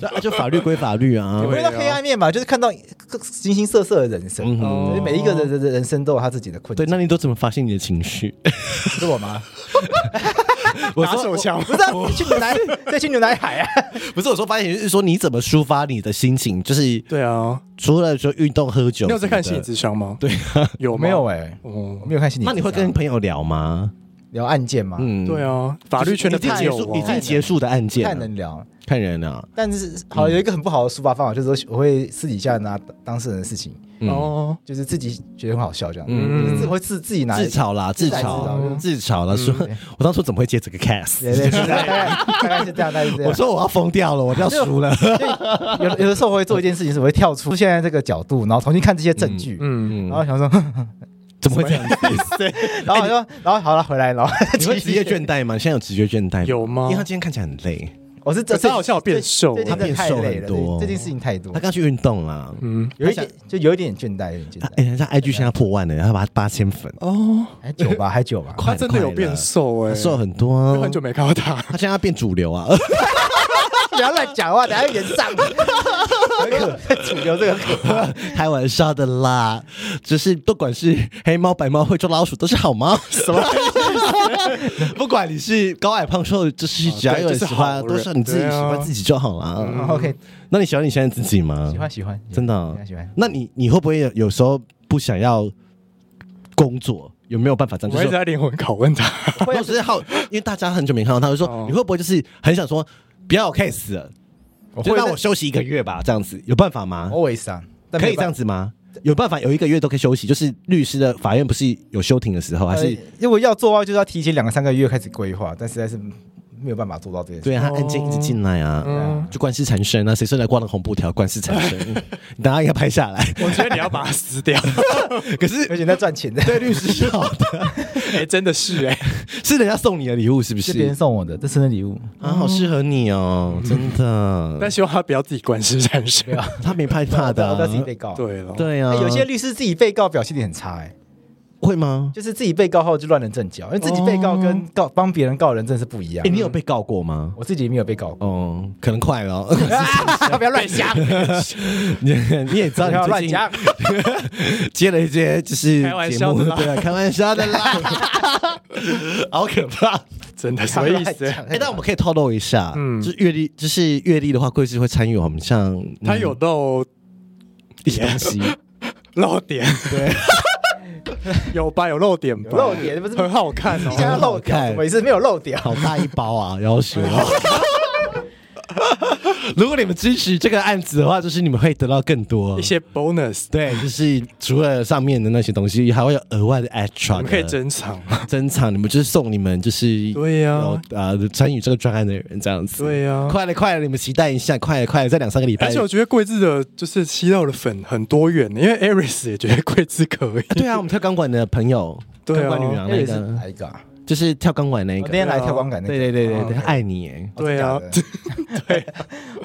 Speaker 2: 就就法律归法律啊
Speaker 3: [laughs]
Speaker 1: 对。
Speaker 3: 回到黑暗面吧，就是看到各形形色色的人生，
Speaker 2: 嗯哼
Speaker 1: 哦
Speaker 3: 所以每一个人的人人生都有他自己的困
Speaker 2: 对，
Speaker 3: 境。
Speaker 2: 那你都怎么发现你的情绪？
Speaker 3: 是我吗？
Speaker 2: 我
Speaker 1: 打
Speaker 2: 说
Speaker 1: 手枪，
Speaker 3: 不是、啊、你去牛
Speaker 2: [laughs]
Speaker 3: 奶，再去牛奶海啊！
Speaker 2: [laughs] 不是我说发现是说你怎么抒发你的心情，就是
Speaker 1: 对啊，
Speaker 2: 除了说运动、喝酒，
Speaker 1: 你有在看《心理智商》吗？
Speaker 2: 对
Speaker 1: 啊，有
Speaker 3: 我
Speaker 1: 吗
Speaker 3: 没有？哎、我
Speaker 1: 哦，
Speaker 3: 没有看心理智
Speaker 2: 那
Speaker 3: 商。
Speaker 2: 你会跟朋友聊吗？
Speaker 3: 聊案件吗？
Speaker 2: 嗯，啊
Speaker 1: 对啊，法律圈的
Speaker 2: 就是
Speaker 1: 朋
Speaker 2: 已经
Speaker 1: 友
Speaker 2: 结束，
Speaker 1: 哦
Speaker 2: 已经结束的案
Speaker 3: 不
Speaker 2: 件
Speaker 3: 太
Speaker 2: 了，
Speaker 3: 能聊。
Speaker 2: 看人啊，
Speaker 3: 但是好有一个很不好的抒发方法，就是我会私底下拿当事人的事情，
Speaker 2: 嗯
Speaker 1: 哦，
Speaker 3: 就是自己觉得很好笑这样，
Speaker 2: 嗯
Speaker 3: 就是自会自自己拿
Speaker 2: 自嘲啦，自
Speaker 3: 自
Speaker 2: 嘲，
Speaker 3: 嘲
Speaker 2: 自嘲啦，说
Speaker 3: 对
Speaker 2: 我当初怎么会接这个 cast？
Speaker 3: 对对，啊对大概大概是这样，大概是这样。
Speaker 2: [laughs] 我说我要疯掉了，我要哦输了。
Speaker 3: 有有的时候我会做一件事情，是我会跳出现在这个角度，然后重新看这些证据，
Speaker 1: 嗯，
Speaker 2: 嗯
Speaker 3: 然，后想说，
Speaker 2: 怎么会这样子？ [laughs]
Speaker 3: 然后我就，然后好了，回来，然后
Speaker 2: 你会职业倦怠吗？你现在有职业倦怠吗？
Speaker 1: 有吗
Speaker 2: 因为他今天看起来很累，
Speaker 3: 我是这
Speaker 1: 可是他好像有变瘦
Speaker 3: 最近真的太累
Speaker 2: 他变
Speaker 3: 了，
Speaker 2: 瘦很多
Speaker 3: 对这件事情太多
Speaker 2: 他，刚去运动啦。
Speaker 1: 嗯，
Speaker 3: 有一点就有一点倦怠，有点倦
Speaker 2: 他
Speaker 3: 怠，
Speaker 2: 哎，人家 IG 现在破万了，他把八千粉，
Speaker 1: 哦，
Speaker 3: 还久吧，还久吧，
Speaker 1: 他真的有变瘦哎，
Speaker 2: 他瘦很多啊
Speaker 1: [laughs] 我，很久没看到他，
Speaker 2: 他现在要变主流啊。
Speaker 3: 不要乱讲话，等下演上，很可主流这个可怕，
Speaker 2: [laughs] 开玩笑的啦，只是不管是黑猫白猫、会捉老鼠都是好猫，什么？ [laughs] 不管你是高矮胖瘦，就是只要有人喜
Speaker 1: 哦
Speaker 2: 欢，
Speaker 1: 对
Speaker 2: 都
Speaker 1: 就是好人
Speaker 2: 是你自己喜
Speaker 1: 对
Speaker 2: 欢
Speaker 1: 啊
Speaker 2: 自己就好啦。
Speaker 3: 嗯 [laughs] OK，
Speaker 2: 那你喜欢你现在自己吗
Speaker 3: 喜？欢喜欢，
Speaker 2: 真的啊
Speaker 3: 喜欢喜欢，
Speaker 2: 那你你会不会有有时候不想要工作？有没有办法这样？
Speaker 1: 我一
Speaker 2: 就是
Speaker 1: 直
Speaker 2: 说
Speaker 1: 在灵魂拷问他，
Speaker 2: 我只是好，因为大家很久没看到他，会说
Speaker 1: 哦
Speaker 2: 你会不会就是很想说不要有 case 了，就让我休息一个月吧，这样子有办法吗？
Speaker 3: always 啊，但
Speaker 2: 可以
Speaker 3: 没
Speaker 2: 这
Speaker 3: 办
Speaker 2: 样子吗？有办法有一个月都可以休息，就是律师的法院不是有休庭的时候，还
Speaker 3: 法，
Speaker 2: 是
Speaker 3: 呃如果要做的话，就是要提前两个三个月开始规划，但实在是没有办法做到这件事。
Speaker 2: 对啊，他案件一直进来
Speaker 3: 哦
Speaker 2: 啊，
Speaker 1: 嗯
Speaker 2: 就官司缠身啊，谁说来挂了红布条，官司缠身，
Speaker 3: 嗯
Speaker 2: [laughs] 你大家应该拍下来。
Speaker 1: 我觉得你要把他撕掉，
Speaker 2: 可是
Speaker 3: [laughs] 而且在赚钱的，
Speaker 2: 对律师是好的，
Speaker 1: [laughs] 哎，真的是哎，
Speaker 2: [laughs] 是人家送你的礼物，是不
Speaker 3: 是别人
Speaker 2: 是？
Speaker 3: 送我的，嗯这生日礼物。
Speaker 2: 啊，好适合你哦，真的
Speaker 1: 但。希望他不要自己官司缠身。
Speaker 2: 他没害怕的
Speaker 3: 我不
Speaker 2: 啊
Speaker 3: 要自己，被告。
Speaker 1: 对了，
Speaker 2: 对啊，
Speaker 3: 哎有些嗯律师自己被告表现力很差，哎，
Speaker 2: 会吗？
Speaker 3: 就是自己被告后就乱人阵脚，因欸为自己被告跟告帮别人告人真的是不一样
Speaker 2: 哎，。你有被告过吗？
Speaker 3: 我自己没有被告过，
Speaker 2: 哦，可能快了哦，
Speaker 3: [laughs] 不要乱讲，
Speaker 2: 你你也知道
Speaker 3: [laughs] 不
Speaker 2: 你
Speaker 3: 要
Speaker 2: 最
Speaker 3: 乱
Speaker 2: 近
Speaker 3: 讲。
Speaker 2: [laughs] 接了一些就是
Speaker 1: 开玩笑的啦
Speaker 2: 节目对啊，开玩笑 [laughs] 的啦，好可怕。
Speaker 1: 真的什么意
Speaker 3: 不
Speaker 1: 思
Speaker 3: 要乱？ [laughs] 讲
Speaker 2: 哎、但我们可以透露一下，嗯，
Speaker 1: 嗯
Speaker 2: 就是阅历，就是阅历的话，贵司会参与我们像、嗯
Speaker 1: 他有漏
Speaker 2: [laughs] 一些东西，
Speaker 1: 漏点，
Speaker 2: 对，
Speaker 1: [laughs] 有吧？有漏点吧？
Speaker 3: 有漏点不是
Speaker 1: 很好看
Speaker 3: 你想
Speaker 1: 哦。
Speaker 3: 要漏
Speaker 2: 很好
Speaker 3: 掉，
Speaker 2: 看
Speaker 3: 我也是没有漏掉。
Speaker 2: 好大一包啊，要求。 [laughs] 如果你们支持这个案子的话，就是你们会得到更多
Speaker 1: 一。些 bonus，
Speaker 2: 对，就是除了上面的那些东西，还会有额外的 extra，
Speaker 1: 我们可以珍
Speaker 2: [laughs]
Speaker 1: 藏。
Speaker 2: 珍藏。你们就是送你们就是
Speaker 1: 对呀
Speaker 2: 有呃参与这个专案的人这样子。
Speaker 1: 对呀
Speaker 2: 快了快了，你们期待一下，快了快了，在两三个礼拜。
Speaker 1: 啊而且我觉得桂枝的，就是吸到的粉很多元，因为 Aris 也觉得桂枝可
Speaker 2: [laughs]
Speaker 1: 以。
Speaker 2: 对啊，我们跳钢管的朋友，
Speaker 1: 对啊
Speaker 2: 钢管女郎
Speaker 3: 那
Speaker 2: 那
Speaker 3: 也是
Speaker 2: 个，
Speaker 3: 哪一个啊？
Speaker 2: 就是跳钢管那
Speaker 3: 我
Speaker 2: 个
Speaker 3: 那，天来跳光感那
Speaker 2: 对对
Speaker 3: 个，
Speaker 2: 对对
Speaker 3: 哦
Speaker 2: 对，他爱你耶，
Speaker 1: 对啊，
Speaker 3: 真的假的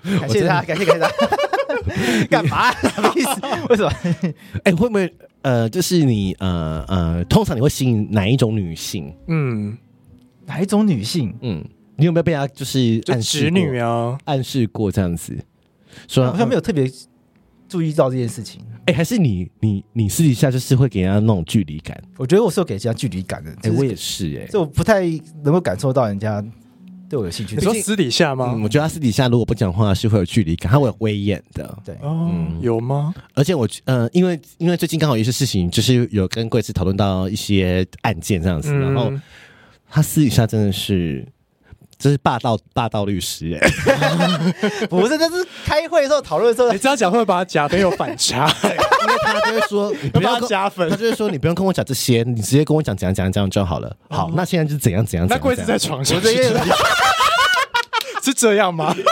Speaker 3: 哦感谢他，感谢感谢他。 [laughs] 干嘛？什么意思？为什么？
Speaker 2: 哎，会不会呃，就是你呃呃，通常你会吸引哪一种女性？
Speaker 1: [laughs] 嗯，
Speaker 3: 哪一种女性？
Speaker 2: 嗯，你有没有被她就是
Speaker 1: 就
Speaker 2: 暗示
Speaker 1: 侄女
Speaker 2: 啊，
Speaker 1: 啊，
Speaker 2: 暗示过这样子？说
Speaker 3: 好像没
Speaker 2: 有，
Speaker 3: 有特别注意到这件事情。
Speaker 2: 哎，还是你你你私底下就是会给人家那种距离感？
Speaker 3: 我觉得我是有给人家距离感的，
Speaker 2: 哎，
Speaker 3: 就是
Speaker 2: 我也是哎
Speaker 3: 就。我不太能够感受到人家对我有兴趣
Speaker 1: 你
Speaker 3: 的。
Speaker 1: 说私底下
Speaker 2: 嗯，
Speaker 1: 吗？
Speaker 2: 我觉得她私底下如果不讲话是会有距离感，她会有威严的。
Speaker 3: 对，
Speaker 1: 哦，
Speaker 2: 嗯
Speaker 1: 有
Speaker 2: [laughs]
Speaker 1: 吗？
Speaker 2: 而且我呃，因为因为最近刚好有一些事情，就是有跟贵司讨论到一些案件这样子，然后
Speaker 1: 嗯，
Speaker 2: 他私底下真的是，这是霸道霸道律
Speaker 1: [laughs]
Speaker 2: 师哎、
Speaker 3: 不是，那是开会的时候讨论的时候
Speaker 2: 哎
Speaker 1: 你，这样讲会把假分有反差，
Speaker 2: 因为他就会说你 [laughs] 不
Speaker 1: 会
Speaker 2: 要
Speaker 1: 把
Speaker 2: 跟
Speaker 1: 他加分
Speaker 2: 他。就会说你不用跟我讲这些，你直接跟我讲怎样怎样怎样就好了。好，那现在就是怎样怎样怎
Speaker 1: 哦那桂
Speaker 2: 样怎
Speaker 1: 枝
Speaker 2: 样。
Speaker 1: 在床上
Speaker 3: 我这
Speaker 1: 是
Speaker 3: 个
Speaker 1: [laughs]
Speaker 3: [laughs]
Speaker 1: 是这样
Speaker 2: [laughs]
Speaker 1: 吗
Speaker 2: 是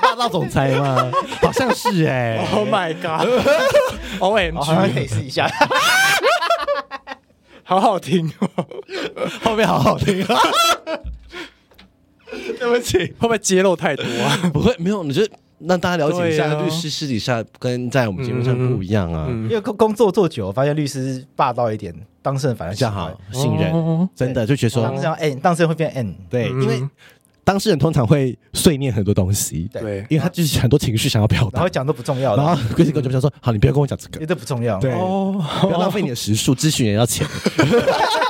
Speaker 2: 霸道总裁
Speaker 1: [laughs]
Speaker 2: 吗？好像是哎、
Speaker 1: ？Oh my
Speaker 2: [laughs]
Speaker 1: god！O M
Speaker 3: 哦好像
Speaker 1: G，
Speaker 3: 可以试一下。
Speaker 1: 好好听哦，
Speaker 2: [laughs] 后面好好听啊，
Speaker 1: 对不起， [laughs] 会不会揭露太多啊？
Speaker 2: 不会没有，你就让大家了解一下、
Speaker 1: 对啊嗯
Speaker 2: 律师私底下跟在我们节目上不一样啊，
Speaker 3: [laughs] 因为工工作做久，我发现律师霸道一点，当事人反而
Speaker 2: 比
Speaker 3: 喜
Speaker 2: 较
Speaker 3: 欢
Speaker 2: 好。信任，
Speaker 1: 哦
Speaker 2: 真的就觉得
Speaker 3: 当
Speaker 2: 说
Speaker 3: 事人 N，当事人会变 N。
Speaker 2: 对，
Speaker 1: 嗯
Speaker 2: 因为当事人通常会碎念很多东西，
Speaker 3: 对
Speaker 1: 对，
Speaker 2: 因为他就是很多情绪想要表
Speaker 3: 然
Speaker 2: 达，
Speaker 3: 后讲都不重要
Speaker 2: 然
Speaker 3: 的，
Speaker 2: 后贵司哥就想说：“好，你不要跟我讲这个
Speaker 3: 因为，这不重要。
Speaker 2: 对，
Speaker 1: 哦，
Speaker 2: 不要浪费你的时数，咨询也要钱。”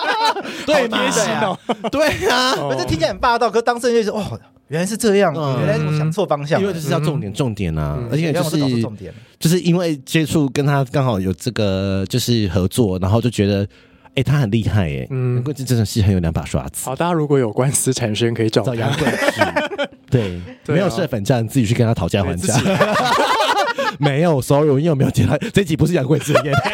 Speaker 3: [laughs]
Speaker 2: 对嘛？
Speaker 1: 贴心哦，
Speaker 2: 对啊，
Speaker 1: 哦
Speaker 3: 可是听起来很霸道，可是当事人就觉得哦，原来是这样，
Speaker 2: 嗯
Speaker 3: 原来我想错方向
Speaker 2: 因
Speaker 3: 了，
Speaker 2: 为就是要重点重点啊，而且
Speaker 3: 原来
Speaker 2: 就
Speaker 3: 我是搞错
Speaker 2: 是
Speaker 3: 重点了。
Speaker 2: 就是因为接触跟他刚好有这个就是合作，然后就觉得哎、他很厉害哎、
Speaker 1: 嗯
Speaker 2: 嗯，过这真的是很有两把刷子。
Speaker 1: 好，大家如果有官司缠身，可以找
Speaker 2: 找
Speaker 1: 他
Speaker 2: 洋鬼子，对，
Speaker 1: 对啊
Speaker 2: 没有社粉站，自己去跟他讨价还价。 [laughs] 没有，sorry，因为我没有
Speaker 1: [laughs]
Speaker 2: 接他这集不是洋鬼子的夜配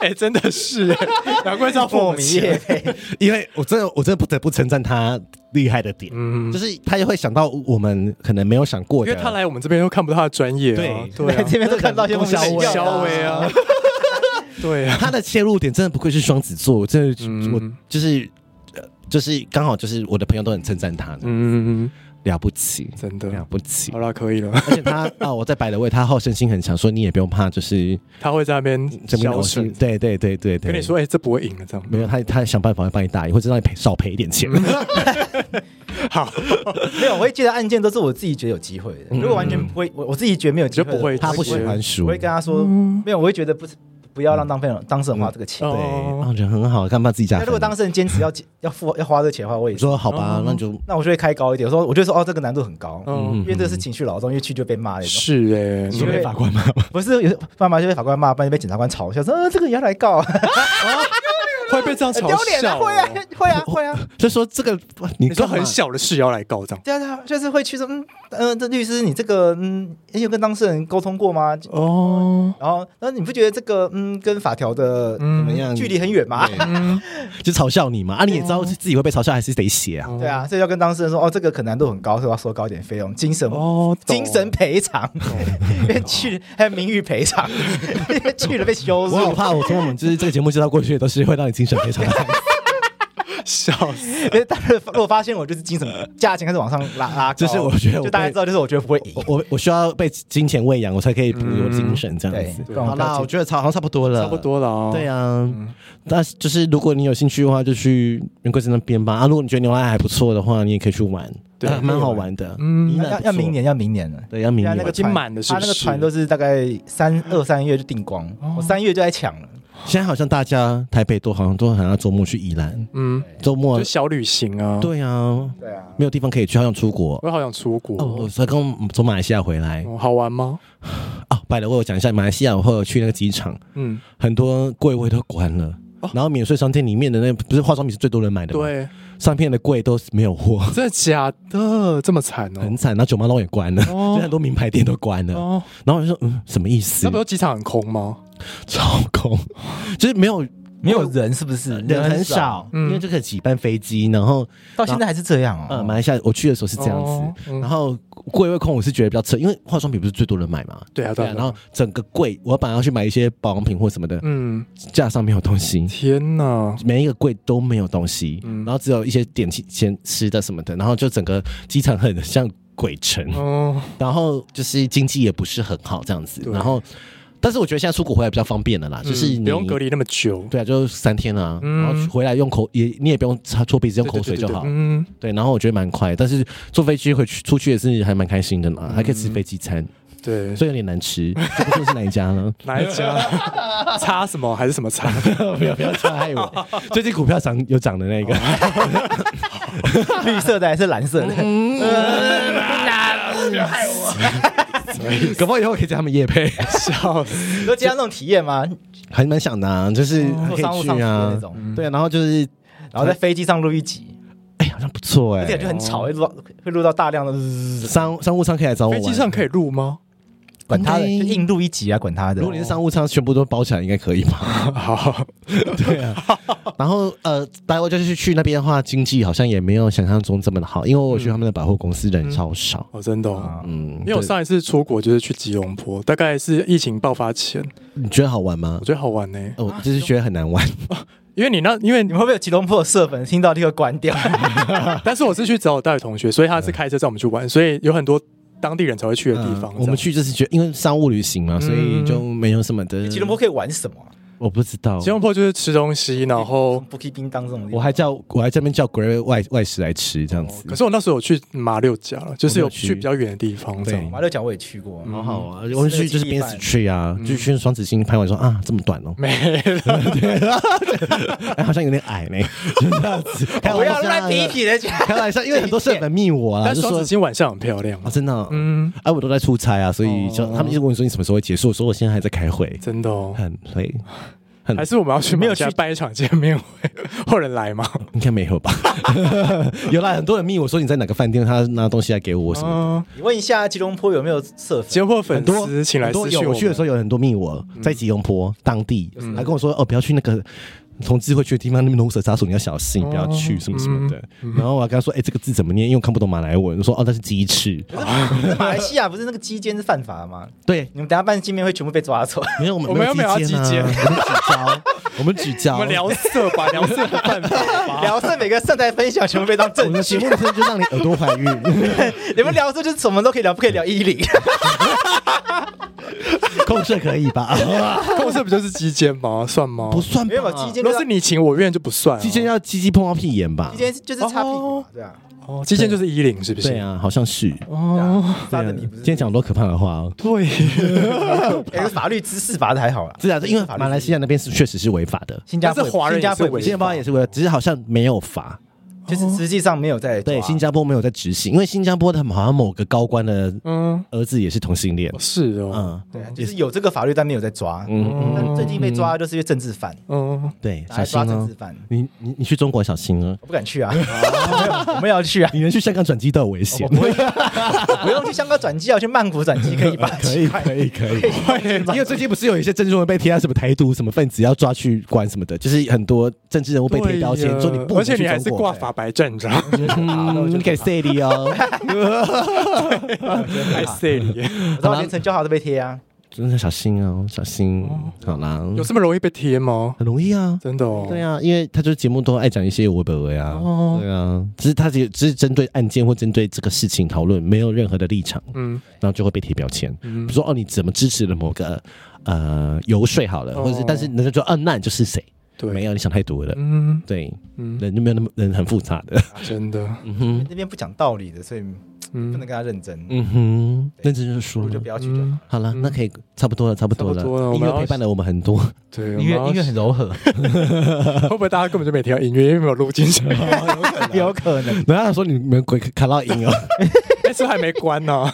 Speaker 1: [laughs] 哎、真的 [laughs] 是、哎，难怪叫
Speaker 3: 莫
Speaker 1: 凤
Speaker 3: 名夜
Speaker 1: [laughs] 姐。
Speaker 3: 配，
Speaker 2: 因为我真的我真的不得不称赞他厉害的点，
Speaker 1: 嗯，
Speaker 2: 就是他也会想到我们可能没有想过
Speaker 1: 因
Speaker 2: 的，
Speaker 1: 为他来我们这边又看不到他的专业、啊，
Speaker 2: 对
Speaker 3: [laughs]
Speaker 1: 对、啊，
Speaker 3: 这边都看到一些莫名其
Speaker 2: 微
Speaker 3: 妙的
Speaker 1: 肖威啊， [laughs] 对啊，
Speaker 2: 他的切入点真的不愧是双子座，我真的、
Speaker 1: 嗯
Speaker 2: 我就是、呃、就是刚好就是我的朋友都很称赞他，
Speaker 1: 嗯，嗯
Speaker 2: 了不起
Speaker 1: 嗯，真
Speaker 2: 了
Speaker 1: 的，
Speaker 2: 不起
Speaker 1: 好。啦，可以了，
Speaker 2: 而且他啊，我在摆了位，他好胜心很强，说你也不用怕，就是
Speaker 1: 他会在那边
Speaker 2: 这边
Speaker 1: 消
Speaker 2: 我是
Speaker 1: 损。
Speaker 2: 对对对对对，
Speaker 1: 跟你说，哎、这不会赢的，这样
Speaker 2: 没有他，他想办法会帮你打赢，或者让你赔少赔一点钱。
Speaker 1: 好，
Speaker 3: 没有，我会记得案件都是我自己觉得有机会的。如果完全不会，我我自己觉得没有机会的，
Speaker 1: 嗯就不会
Speaker 2: 他不喜
Speaker 1: 是
Speaker 2: 欢
Speaker 3: 我
Speaker 2: 输，
Speaker 3: 会跟他说，没有，我会觉得不是不要让当事人当事人花这个钱。
Speaker 1: 哦
Speaker 2: 对，啊人很好，干嘛自己加
Speaker 3: 那
Speaker 2: 分？
Speaker 3: 如果当哦事人坚持要要付要花这个钱的话，我也
Speaker 2: 你说好吧，那就
Speaker 3: 那我就会开高一点。我说我就说哦，这个难度很高，
Speaker 1: 嗯，
Speaker 3: 哦因为这是情绪劳动，因为去就被骂那种。
Speaker 1: 是哎、
Speaker 2: 你说
Speaker 1: 你
Speaker 2: 被法官吗？
Speaker 3: 不是有爸妈就被法官骂，不然就被检察官嘲笑说呃这个也要来告，很
Speaker 1: 会被这样嘲
Speaker 3: [laughs] 丢脸
Speaker 1: 笑
Speaker 3: 啊！
Speaker 1: 哦、
Speaker 3: 会啊会啊会啊！
Speaker 2: 就说这个
Speaker 1: 你
Speaker 2: 你
Speaker 1: 说
Speaker 2: 干嘛
Speaker 1: 很小的事也要来告状
Speaker 3: 对啊对啊，就是会去说嗯呃这律师你这个嗯你有跟当事人沟通过吗？
Speaker 1: 哦，
Speaker 3: 然后那你不觉得这个嗯跟法条的
Speaker 2: 怎么
Speaker 1: 嗯
Speaker 2: 样？
Speaker 3: 距离很远吗？
Speaker 2: 就嘲笑你嘛？啊，你也知道自己会被嘲笑，还是得写啊？
Speaker 3: 对啊，所以要跟当事人说，哦，这个可能难度很高，所以要收高一点费用，精神、
Speaker 1: 哦，懂
Speaker 3: 精神赔偿， [laughs] 因为去还有名誉赔偿，因为去了被羞
Speaker 2: 我好
Speaker 3: 辱，
Speaker 2: 怕，我从我们就是这个节目介绍过去，都是会让你精神非常
Speaker 3: [laughs]
Speaker 2: 的
Speaker 1: 笑死，
Speaker 3: 因为大家如果发现我就是精神价钱开始往上拉拉高，
Speaker 2: 就是我觉得我被
Speaker 3: 就大家知道，就是我觉得不会赢，
Speaker 2: 我我我需要被金钱喂养，我才可以补我精神这样
Speaker 3: 对
Speaker 2: 子。，
Speaker 3: 不然我
Speaker 2: 好
Speaker 3: 不要
Speaker 2: 啦，
Speaker 3: 进
Speaker 2: 我觉得差好像差不多了，
Speaker 1: 差不。多了哦，
Speaker 2: 对啊，
Speaker 3: 嗯
Speaker 2: 但是就是如果你有兴趣的话，就去云贵子那边吧。啊，如果你觉得牛奶还不错的话，你也可以去玩，
Speaker 1: 对
Speaker 2: 啊蛮好玩的。嗯，
Speaker 3: 要要要明，年要明年了。
Speaker 2: 对，要明
Speaker 3: 现在
Speaker 2: 年
Speaker 3: 那个。
Speaker 1: 已经
Speaker 3: 团
Speaker 1: 满了是不
Speaker 3: 他那个
Speaker 1: 是
Speaker 3: 团都是大概三二三月就定光，我三月就在抢了。
Speaker 2: 现在好像大家台北都好像都很要周末去宜兰，
Speaker 1: 嗯，
Speaker 2: 周末
Speaker 1: 就小旅行啊，
Speaker 2: 对啊，
Speaker 3: 对啊，
Speaker 2: 没有地方可以去，好想出国。
Speaker 1: 我好想出
Speaker 2: 哦，
Speaker 1: 国
Speaker 2: 我，才刚从马来西亚回来。
Speaker 1: 哦好玩吗？
Speaker 2: 哦，拜了，我有讲一下，马来西亚我后来去那个机场，
Speaker 1: 嗯，
Speaker 2: 很多柜位都关了。然后免税商店里面的那不是化妆品是最多人买的吗？，
Speaker 1: 哦对，
Speaker 2: 上片的柜都是没有货，
Speaker 1: 真的假的？这么惨哦
Speaker 2: 很？惨。然后九妈楼也关了，
Speaker 1: 哦
Speaker 2: 所以很多名牌店都关了。
Speaker 1: 哦，
Speaker 2: 然后我就说，嗯，什么意思
Speaker 1: 那不？是机场很空吗？
Speaker 2: 超空，就是没有呃
Speaker 3: 没有人是不是？
Speaker 2: 人很少，，
Speaker 1: 嗯
Speaker 2: 因为这个几班飞机，然后
Speaker 3: 到现在还是这样
Speaker 2: 呃，
Speaker 3: 哦。
Speaker 2: 马来西亚我去的时候是这样
Speaker 1: 哦
Speaker 2: 子，
Speaker 1: 嗯
Speaker 2: 然后柜位空我是觉得比较扯，因为化妆品不是最多人买嘛。
Speaker 1: 对啊，对啊，
Speaker 2: 然后整个柜，我本来要去买一些保养品或什么的，
Speaker 1: 嗯，
Speaker 2: 架上没有东西，
Speaker 1: 天哪，
Speaker 2: 每一个柜都没有东西，
Speaker 1: 嗯
Speaker 2: 然后只有一些点心、先吃的什么的，然后就整个机场很像鬼城，
Speaker 1: 哦，
Speaker 2: 然嗯后就是经济也不是很好这样子，
Speaker 1: 对
Speaker 2: 然后但是我觉得现在出国回来比较方便了啦，就是
Speaker 1: 嗯
Speaker 2: 你
Speaker 1: 不用隔离那么久，
Speaker 2: 对啊，就三天啊，
Speaker 1: 嗯
Speaker 2: 然后回来用口也你也不用擦搓鼻子，用
Speaker 1: 对
Speaker 2: 口水就好。
Speaker 1: 对对对嗯，
Speaker 2: 对，然后我觉得蛮快，但是坐飞机回去出去也是还蛮开心的啦，
Speaker 1: 嗯
Speaker 2: 还可以吃飞机餐，
Speaker 1: 对，
Speaker 2: 虽然有点难吃，就不说是哪一家呢？
Speaker 1: 哪一家？擦什么还是什么擦？
Speaker 2: [laughs] 不要不要伤害我， [laughs] 哦最近股票涨有涨的那个，
Speaker 3: 绿色的还是蓝色的？
Speaker 2: 嗯搞不好以后可以叫他们夜配，
Speaker 1: 笑死！
Speaker 3: 你都接到那种体验吗？
Speaker 2: 还蛮想的、啊，就是还
Speaker 3: 做
Speaker 2: 可
Speaker 3: 商
Speaker 2: 以
Speaker 3: 务上
Speaker 2: 去
Speaker 3: 去的
Speaker 2: 啊
Speaker 3: 那，种，
Speaker 2: 对啊，然后就是
Speaker 3: 然后在飞机上录一集，
Speaker 2: 哎、好像不错哎、
Speaker 3: 而且就很吵，会录到会录到大量的滋，
Speaker 2: 商商务舱可以来找我
Speaker 1: 飞
Speaker 2: 玩，啊
Speaker 1: 机上可以录
Speaker 2: [laughs]
Speaker 1: 吗？
Speaker 3: 管他的，
Speaker 2: 应
Speaker 3: 就
Speaker 2: 该
Speaker 3: 硬录一集啊，管他的
Speaker 2: 如。果你是商务舱，全部都包起来，应该可以吧？
Speaker 1: 好，
Speaker 2: [laughs] 对啊。然后呃，待会就是去那边的话，经济好像也没有想象中这么的好，因为我去他们的百货公司人超少。
Speaker 1: 哦，真的哦。
Speaker 3: 啊
Speaker 2: 嗯，
Speaker 1: 因为我
Speaker 2: 对
Speaker 1: 上一次出国就是去吉隆坡，大概是疫情爆发前，
Speaker 2: 你觉得好玩吗
Speaker 1: 我？觉得好玩呢、
Speaker 2: 呃我
Speaker 1: 哦
Speaker 2: 就是觉得很难玩，
Speaker 1: 因为你那，因为
Speaker 3: 你们会不会有吉隆坡的社粉听到立刻关掉？
Speaker 1: [laughs] 但是我是去找我大学同学，所以他是开车载我们去玩，所以有很多当地人才会
Speaker 2: 嗯
Speaker 1: 去的地方。嗯
Speaker 2: 嗯我们去就是觉得，因为商务旅行嘛，所以就没有什么的。
Speaker 3: 吉隆坡可以玩什么啊？
Speaker 2: 我不知道，
Speaker 1: 吉隆坡就是吃东西，然
Speaker 2: 嗯
Speaker 1: 后。
Speaker 3: 不 k 叮当这种地方，
Speaker 2: 我还叫我还这边叫 Grey 外外食来吃这样子，
Speaker 1: 哦可是我那时候有去马六甲了，就是
Speaker 2: 我
Speaker 1: 有
Speaker 2: 没有去
Speaker 1: 去比较远的地方，这样 [laughs]
Speaker 3: 马六甲我也去过，
Speaker 2: 好好啊，
Speaker 1: 嗯
Speaker 2: 我们去就是边死去啊，就去双子星拍完说啊这么短哦，
Speaker 1: 没了。嗯
Speaker 2: 哎好像有点矮
Speaker 1: [laughs]
Speaker 2: 呢，就这样子，开
Speaker 3: 不
Speaker 2: 玩笑
Speaker 3: 要
Speaker 2: 啊
Speaker 3: 乱提一提的讲。
Speaker 2: 开玩笑，因为很多社粉密我啊，
Speaker 1: 但
Speaker 2: 就
Speaker 1: 双
Speaker 2: 说
Speaker 1: 子星晚上很漂亮
Speaker 2: 啊，真的哦，
Speaker 1: 嗯，哦
Speaker 2: 哎我都在出差啊，所以就他们一直问我说你什么时候会结束，我说我现在还在开会，
Speaker 1: 真的哦。
Speaker 2: 很累，很
Speaker 1: 还是我们要去
Speaker 3: 没有
Speaker 1: 马来西亚
Speaker 3: 去
Speaker 1: 办一场见面
Speaker 2: [laughs]
Speaker 1: 会，
Speaker 2: 嗯
Speaker 1: [laughs] 会有人来吗？
Speaker 2: 应该没有吧？ [laughs] 有啦，很多人密我说你在哪个饭店，他拿东西来给我什么的。
Speaker 1: 嗯，
Speaker 3: 你问一下吉隆坡有没有社粉？
Speaker 1: 结婚粉
Speaker 2: 很多
Speaker 1: 丝请来
Speaker 2: 很多
Speaker 1: 私讯
Speaker 2: 有
Speaker 1: 我
Speaker 2: 我去的时
Speaker 1: 们。嗯
Speaker 2: 候有很多密我在吉隆坡当地，还跟我说哦，不要去那个同志会去的地方，那边龙蛇杀手你要小
Speaker 1: 哦
Speaker 2: 心，不要去什么什么
Speaker 1: 嗯
Speaker 2: 的。然后我还跟他说，哎，这个字怎么念？因为我看不懂马来文，我说哦，那是鸡翅。
Speaker 3: 可是马来西亚不是那个鸡奸是犯法的吗？
Speaker 2: 对，
Speaker 3: 你们等下办见面会全部被抓走，
Speaker 2: 没有我
Speaker 1: 我们
Speaker 2: 们
Speaker 1: 又没有要
Speaker 2: 鸡尖啊
Speaker 1: 鸡尖
Speaker 2: 我们只教，
Speaker 1: 我
Speaker 2: 我
Speaker 1: 们
Speaker 2: 们只教。
Speaker 1: 聊色
Speaker 2: [laughs]
Speaker 1: 吧，聊色不犯法吧？
Speaker 3: 聊色每个上台分享全部被当
Speaker 2: 我
Speaker 3: 证
Speaker 2: 们的
Speaker 3: 据
Speaker 2: 节。目的声就让你耳朵怀孕， [laughs]
Speaker 3: [laughs] 你们聊色就是什么都可以聊，不可以聊衣领。
Speaker 2: 控制可以
Speaker 1: [laughs]
Speaker 2: 吧？
Speaker 1: 控色不就是鸡奸吗？算吗？
Speaker 2: 不，算吧
Speaker 3: 没有吧？鸡奸
Speaker 1: 如
Speaker 3: 就
Speaker 1: 果是你情我愿就不算啊。
Speaker 2: 鸡尖要鸡鸡碰到屁眼吧
Speaker 3: 鸡？奸就是擦屁股嘛，对啊，
Speaker 1: 哦，鸡奸就是衣领是不是？
Speaker 2: 对。啊，好像是。
Speaker 1: 哦，
Speaker 3: 杀
Speaker 2: 对
Speaker 3: 的
Speaker 2: 啊
Speaker 3: 你不是
Speaker 2: 今天讲很多可怕的话哦。
Speaker 1: 对，
Speaker 2: [laughs]
Speaker 3: [laughs] 哎，法律知识罚的还好啦。
Speaker 2: 是啊，因为
Speaker 3: 法律
Speaker 2: 马来西亚那边是确实是违法的，
Speaker 3: 新加坡
Speaker 1: 但是华人
Speaker 3: 新加坡
Speaker 1: 也是违
Speaker 3: 不
Speaker 2: 新加坡也是违法，只是好像没有罚。
Speaker 1: 啊
Speaker 3: 就是实际上没有在
Speaker 2: 对，
Speaker 3: 抓
Speaker 2: 新加坡没有在执行，因为新加坡的好像某个高官的
Speaker 1: 嗯，
Speaker 2: 儿子也是同性恋。
Speaker 1: 是哦，
Speaker 2: 嗯
Speaker 3: 对啊，就是有这个法律但没有在抓。
Speaker 2: 嗯，
Speaker 3: 但最近被抓就是因为政治犯，
Speaker 1: 嗯，
Speaker 2: 对，
Speaker 3: 拿
Speaker 2: 小
Speaker 3: 来
Speaker 2: 心
Speaker 3: 抓政
Speaker 2: 哦
Speaker 3: 治。犯。
Speaker 2: 你你你去中国小心哦，
Speaker 3: 我不敢去啊， [laughs] 我们要
Speaker 2: [laughs]
Speaker 3: 去啊，
Speaker 2: 你能去香港转机都有危
Speaker 1: 哦
Speaker 2: 险。
Speaker 3: [laughs] 我不用去香港转机啊，我去曼谷转机可以吧？
Speaker 2: [laughs] [laughs] 可以可以可
Speaker 1: [laughs]
Speaker 2: 以，因为最近不是有一些政治人物被贴上什么台独什么分子要抓去关什么的，就是很多政治人物被贴标签
Speaker 1: 对，呀
Speaker 2: 说你不
Speaker 1: 而
Speaker 2: 能
Speaker 1: 且
Speaker 2: 去
Speaker 1: 你还
Speaker 2: 中
Speaker 1: 是
Speaker 2: 国。
Speaker 1: 挂法白站长，
Speaker 2: 嗯， [laughs] 你可以 say 你哦，
Speaker 1: 还塞里，
Speaker 3: 我知道连陈就豪都被贴啊，
Speaker 2: 真的小心哦，小心。好啦，
Speaker 1: 有这么容易被贴吗？
Speaker 2: 很容易啊，
Speaker 1: 真的哦，
Speaker 2: 嗯对啊，因为他就是节目都爱讲一些有为本为啊，
Speaker 1: 哦
Speaker 2: 对啊，只是他只只是针对案件或针对这个事情讨论，没有任何的立场，
Speaker 1: 嗯
Speaker 2: 然后就会被贴标签，比如说哦你怎么支持了某个呃游说好了，
Speaker 1: 哦
Speaker 2: 或者是但是人家说哦那你就是谁，
Speaker 1: 对
Speaker 2: 没有你想太多了，
Speaker 1: 嗯
Speaker 2: 对，
Speaker 1: 嗯，
Speaker 2: 人就没有那么人很复杂的，
Speaker 1: 真的，
Speaker 2: 嗯哼，
Speaker 3: 那边不讲道理的，所以不能
Speaker 1: 嗯
Speaker 3: 跟他认真，
Speaker 2: 嗯哼，认真就
Speaker 3: 不
Speaker 2: 说
Speaker 3: 如就
Speaker 2: 了
Speaker 3: 不。要去就好。
Speaker 1: 嗯，
Speaker 2: 好了，那可以差不多了，差不多
Speaker 1: 差不多了
Speaker 2: 了。
Speaker 1: 我
Speaker 2: 音
Speaker 1: 们
Speaker 2: 乐
Speaker 1: 要
Speaker 2: 陪伴了我们很多， [laughs]
Speaker 1: 对，
Speaker 2: 音乐音乐很柔和。
Speaker 1: [laughs] 会不会大家根本就没听到音乐，因为没有录进
Speaker 2: 哦
Speaker 1: 去？ [laughs]
Speaker 3: 有可能，
Speaker 2: 然后他说你们鬼卡到音哦，
Speaker 1: 但是还没关呢，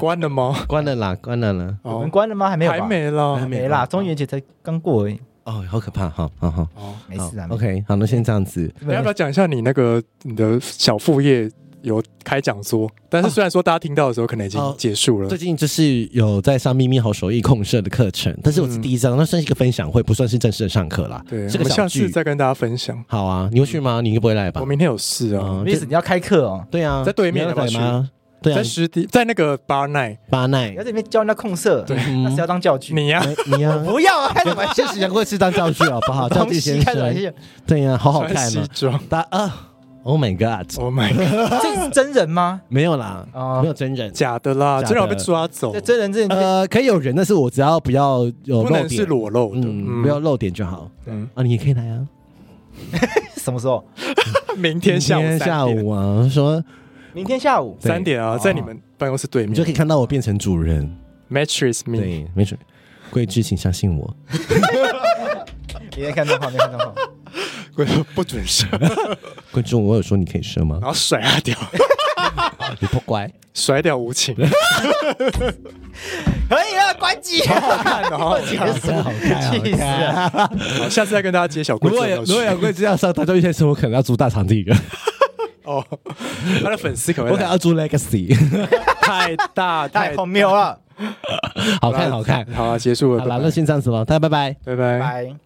Speaker 1: 关了吗？
Speaker 2: 关了啦，关了啦。
Speaker 3: 我
Speaker 1: 哦
Speaker 3: 们，关了吗？还没有吧？
Speaker 1: 还没啦
Speaker 2: 还。
Speaker 3: 没啦，中元节才刚过而已，
Speaker 2: 哦，好可怕，好好好，
Speaker 1: 哦，
Speaker 3: 没事啊。
Speaker 2: 好 OK，好，那先这样子。
Speaker 1: 你要不要讲一下你那个你的小副业有开讲座？但是虽然说大家听到的时候可能已
Speaker 2: 哦
Speaker 1: 经结束了
Speaker 2: 最，近就是有在上秘密好手艺控社的课程，但是
Speaker 3: 嗯
Speaker 2: 我是第一章，那算是一个分享会，不算是正式的上课啦。
Speaker 1: 对，我
Speaker 2: 是个
Speaker 1: 们
Speaker 2: 小
Speaker 1: 下次
Speaker 2: 聚。
Speaker 1: 再跟大家分享。
Speaker 2: 好啊，你会去吗？你应该不会来吧
Speaker 1: 我？明天有事啊，
Speaker 2: 嗯
Speaker 3: 什么意思？你要开课哦？
Speaker 2: 对啊，
Speaker 1: 在对面
Speaker 2: 你
Speaker 1: 要不要
Speaker 2: 要来
Speaker 1: 去
Speaker 2: 吗？对啊
Speaker 1: 在，实体，在那个 Bar Night，
Speaker 2: 巴奈
Speaker 3: 你要，在里面教人家控色，那谁要当教具？
Speaker 1: 你呀，
Speaker 2: 哎你
Speaker 3: [laughs]
Speaker 2: 啊，
Speaker 3: 不要啊！开什么玩
Speaker 2: 现实人会适当教具好不好？教
Speaker 3: [laughs] 东
Speaker 2: 具
Speaker 3: 西
Speaker 2: 先
Speaker 3: 开什么玩
Speaker 2: 生，
Speaker 3: 笑？
Speaker 2: 对呀，好好
Speaker 1: 穿
Speaker 2: 看
Speaker 1: 西
Speaker 2: 哦。
Speaker 1: 装。
Speaker 2: 大啊，Oh my God，
Speaker 1: Oh my
Speaker 2: [laughs]
Speaker 1: god，
Speaker 3: 这是真人吗？
Speaker 2: 没有啦，
Speaker 3: 哦
Speaker 2: 没有真人。
Speaker 1: 假的啦，
Speaker 2: 假的
Speaker 1: 真让我被抓走
Speaker 3: 这，真人真人
Speaker 2: 呃，可以有人，但是我只要不要有
Speaker 1: 不
Speaker 2: 露
Speaker 1: 能是
Speaker 2: 点，
Speaker 1: 裸露的，
Speaker 2: 嗯，不要
Speaker 1: 嗯，
Speaker 2: 露点就好。
Speaker 1: 嗯
Speaker 2: 啊，你也可以来啊。
Speaker 3: 什么时候？
Speaker 1: 明天下午三点
Speaker 2: 今天下午啊，说
Speaker 3: 明天下午。
Speaker 2: 对哦
Speaker 1: 三点啊，在你们办公室对
Speaker 2: 你就
Speaker 1: 面
Speaker 2: 可以看到我变成主人。
Speaker 1: ，Mattress Me。
Speaker 2: 对，没准桂枝，请相信我。
Speaker 3: 明天看动画，明天看动画。
Speaker 1: 我说 [laughs] 不准
Speaker 2: [laughs]
Speaker 1: 射，
Speaker 2: 桂枝，我有说你可以射吗
Speaker 1: 然？后甩他掉， [laughs]
Speaker 2: 你不乖，
Speaker 1: 甩掉无
Speaker 2: [laughs]
Speaker 1: 情，
Speaker 3: 可以了，关机。
Speaker 1: 好看的哈。
Speaker 2: [laughs] 真好看 [laughs] 啊，好
Speaker 3: 气死
Speaker 2: 看啊！
Speaker 1: [laughs] 好下次再跟大家揭晓
Speaker 2: 如
Speaker 1: 贵
Speaker 2: 果
Speaker 1: 州
Speaker 2: 有
Speaker 1: 有
Speaker 2: 如果
Speaker 1: 没有
Speaker 2: 有
Speaker 1: 去
Speaker 2: 桂枝要上大众一些生活，可能要租大场地了，
Speaker 1: [laughs] 哦，他的粉丝可
Speaker 2: 我
Speaker 1: 能
Speaker 2: 可能要租 Legacy。
Speaker 1: [laughs] 太
Speaker 2: [laughs]
Speaker 1: 大
Speaker 3: 太
Speaker 1: 太
Speaker 3: 荒谬了，
Speaker 2: 好看，好看。
Speaker 1: 好了，结束了，
Speaker 2: 好啦，
Speaker 1: 拜拜
Speaker 2: 那先这样子了，大家拜拜。
Speaker 1: 拜拜。
Speaker 3: 拜。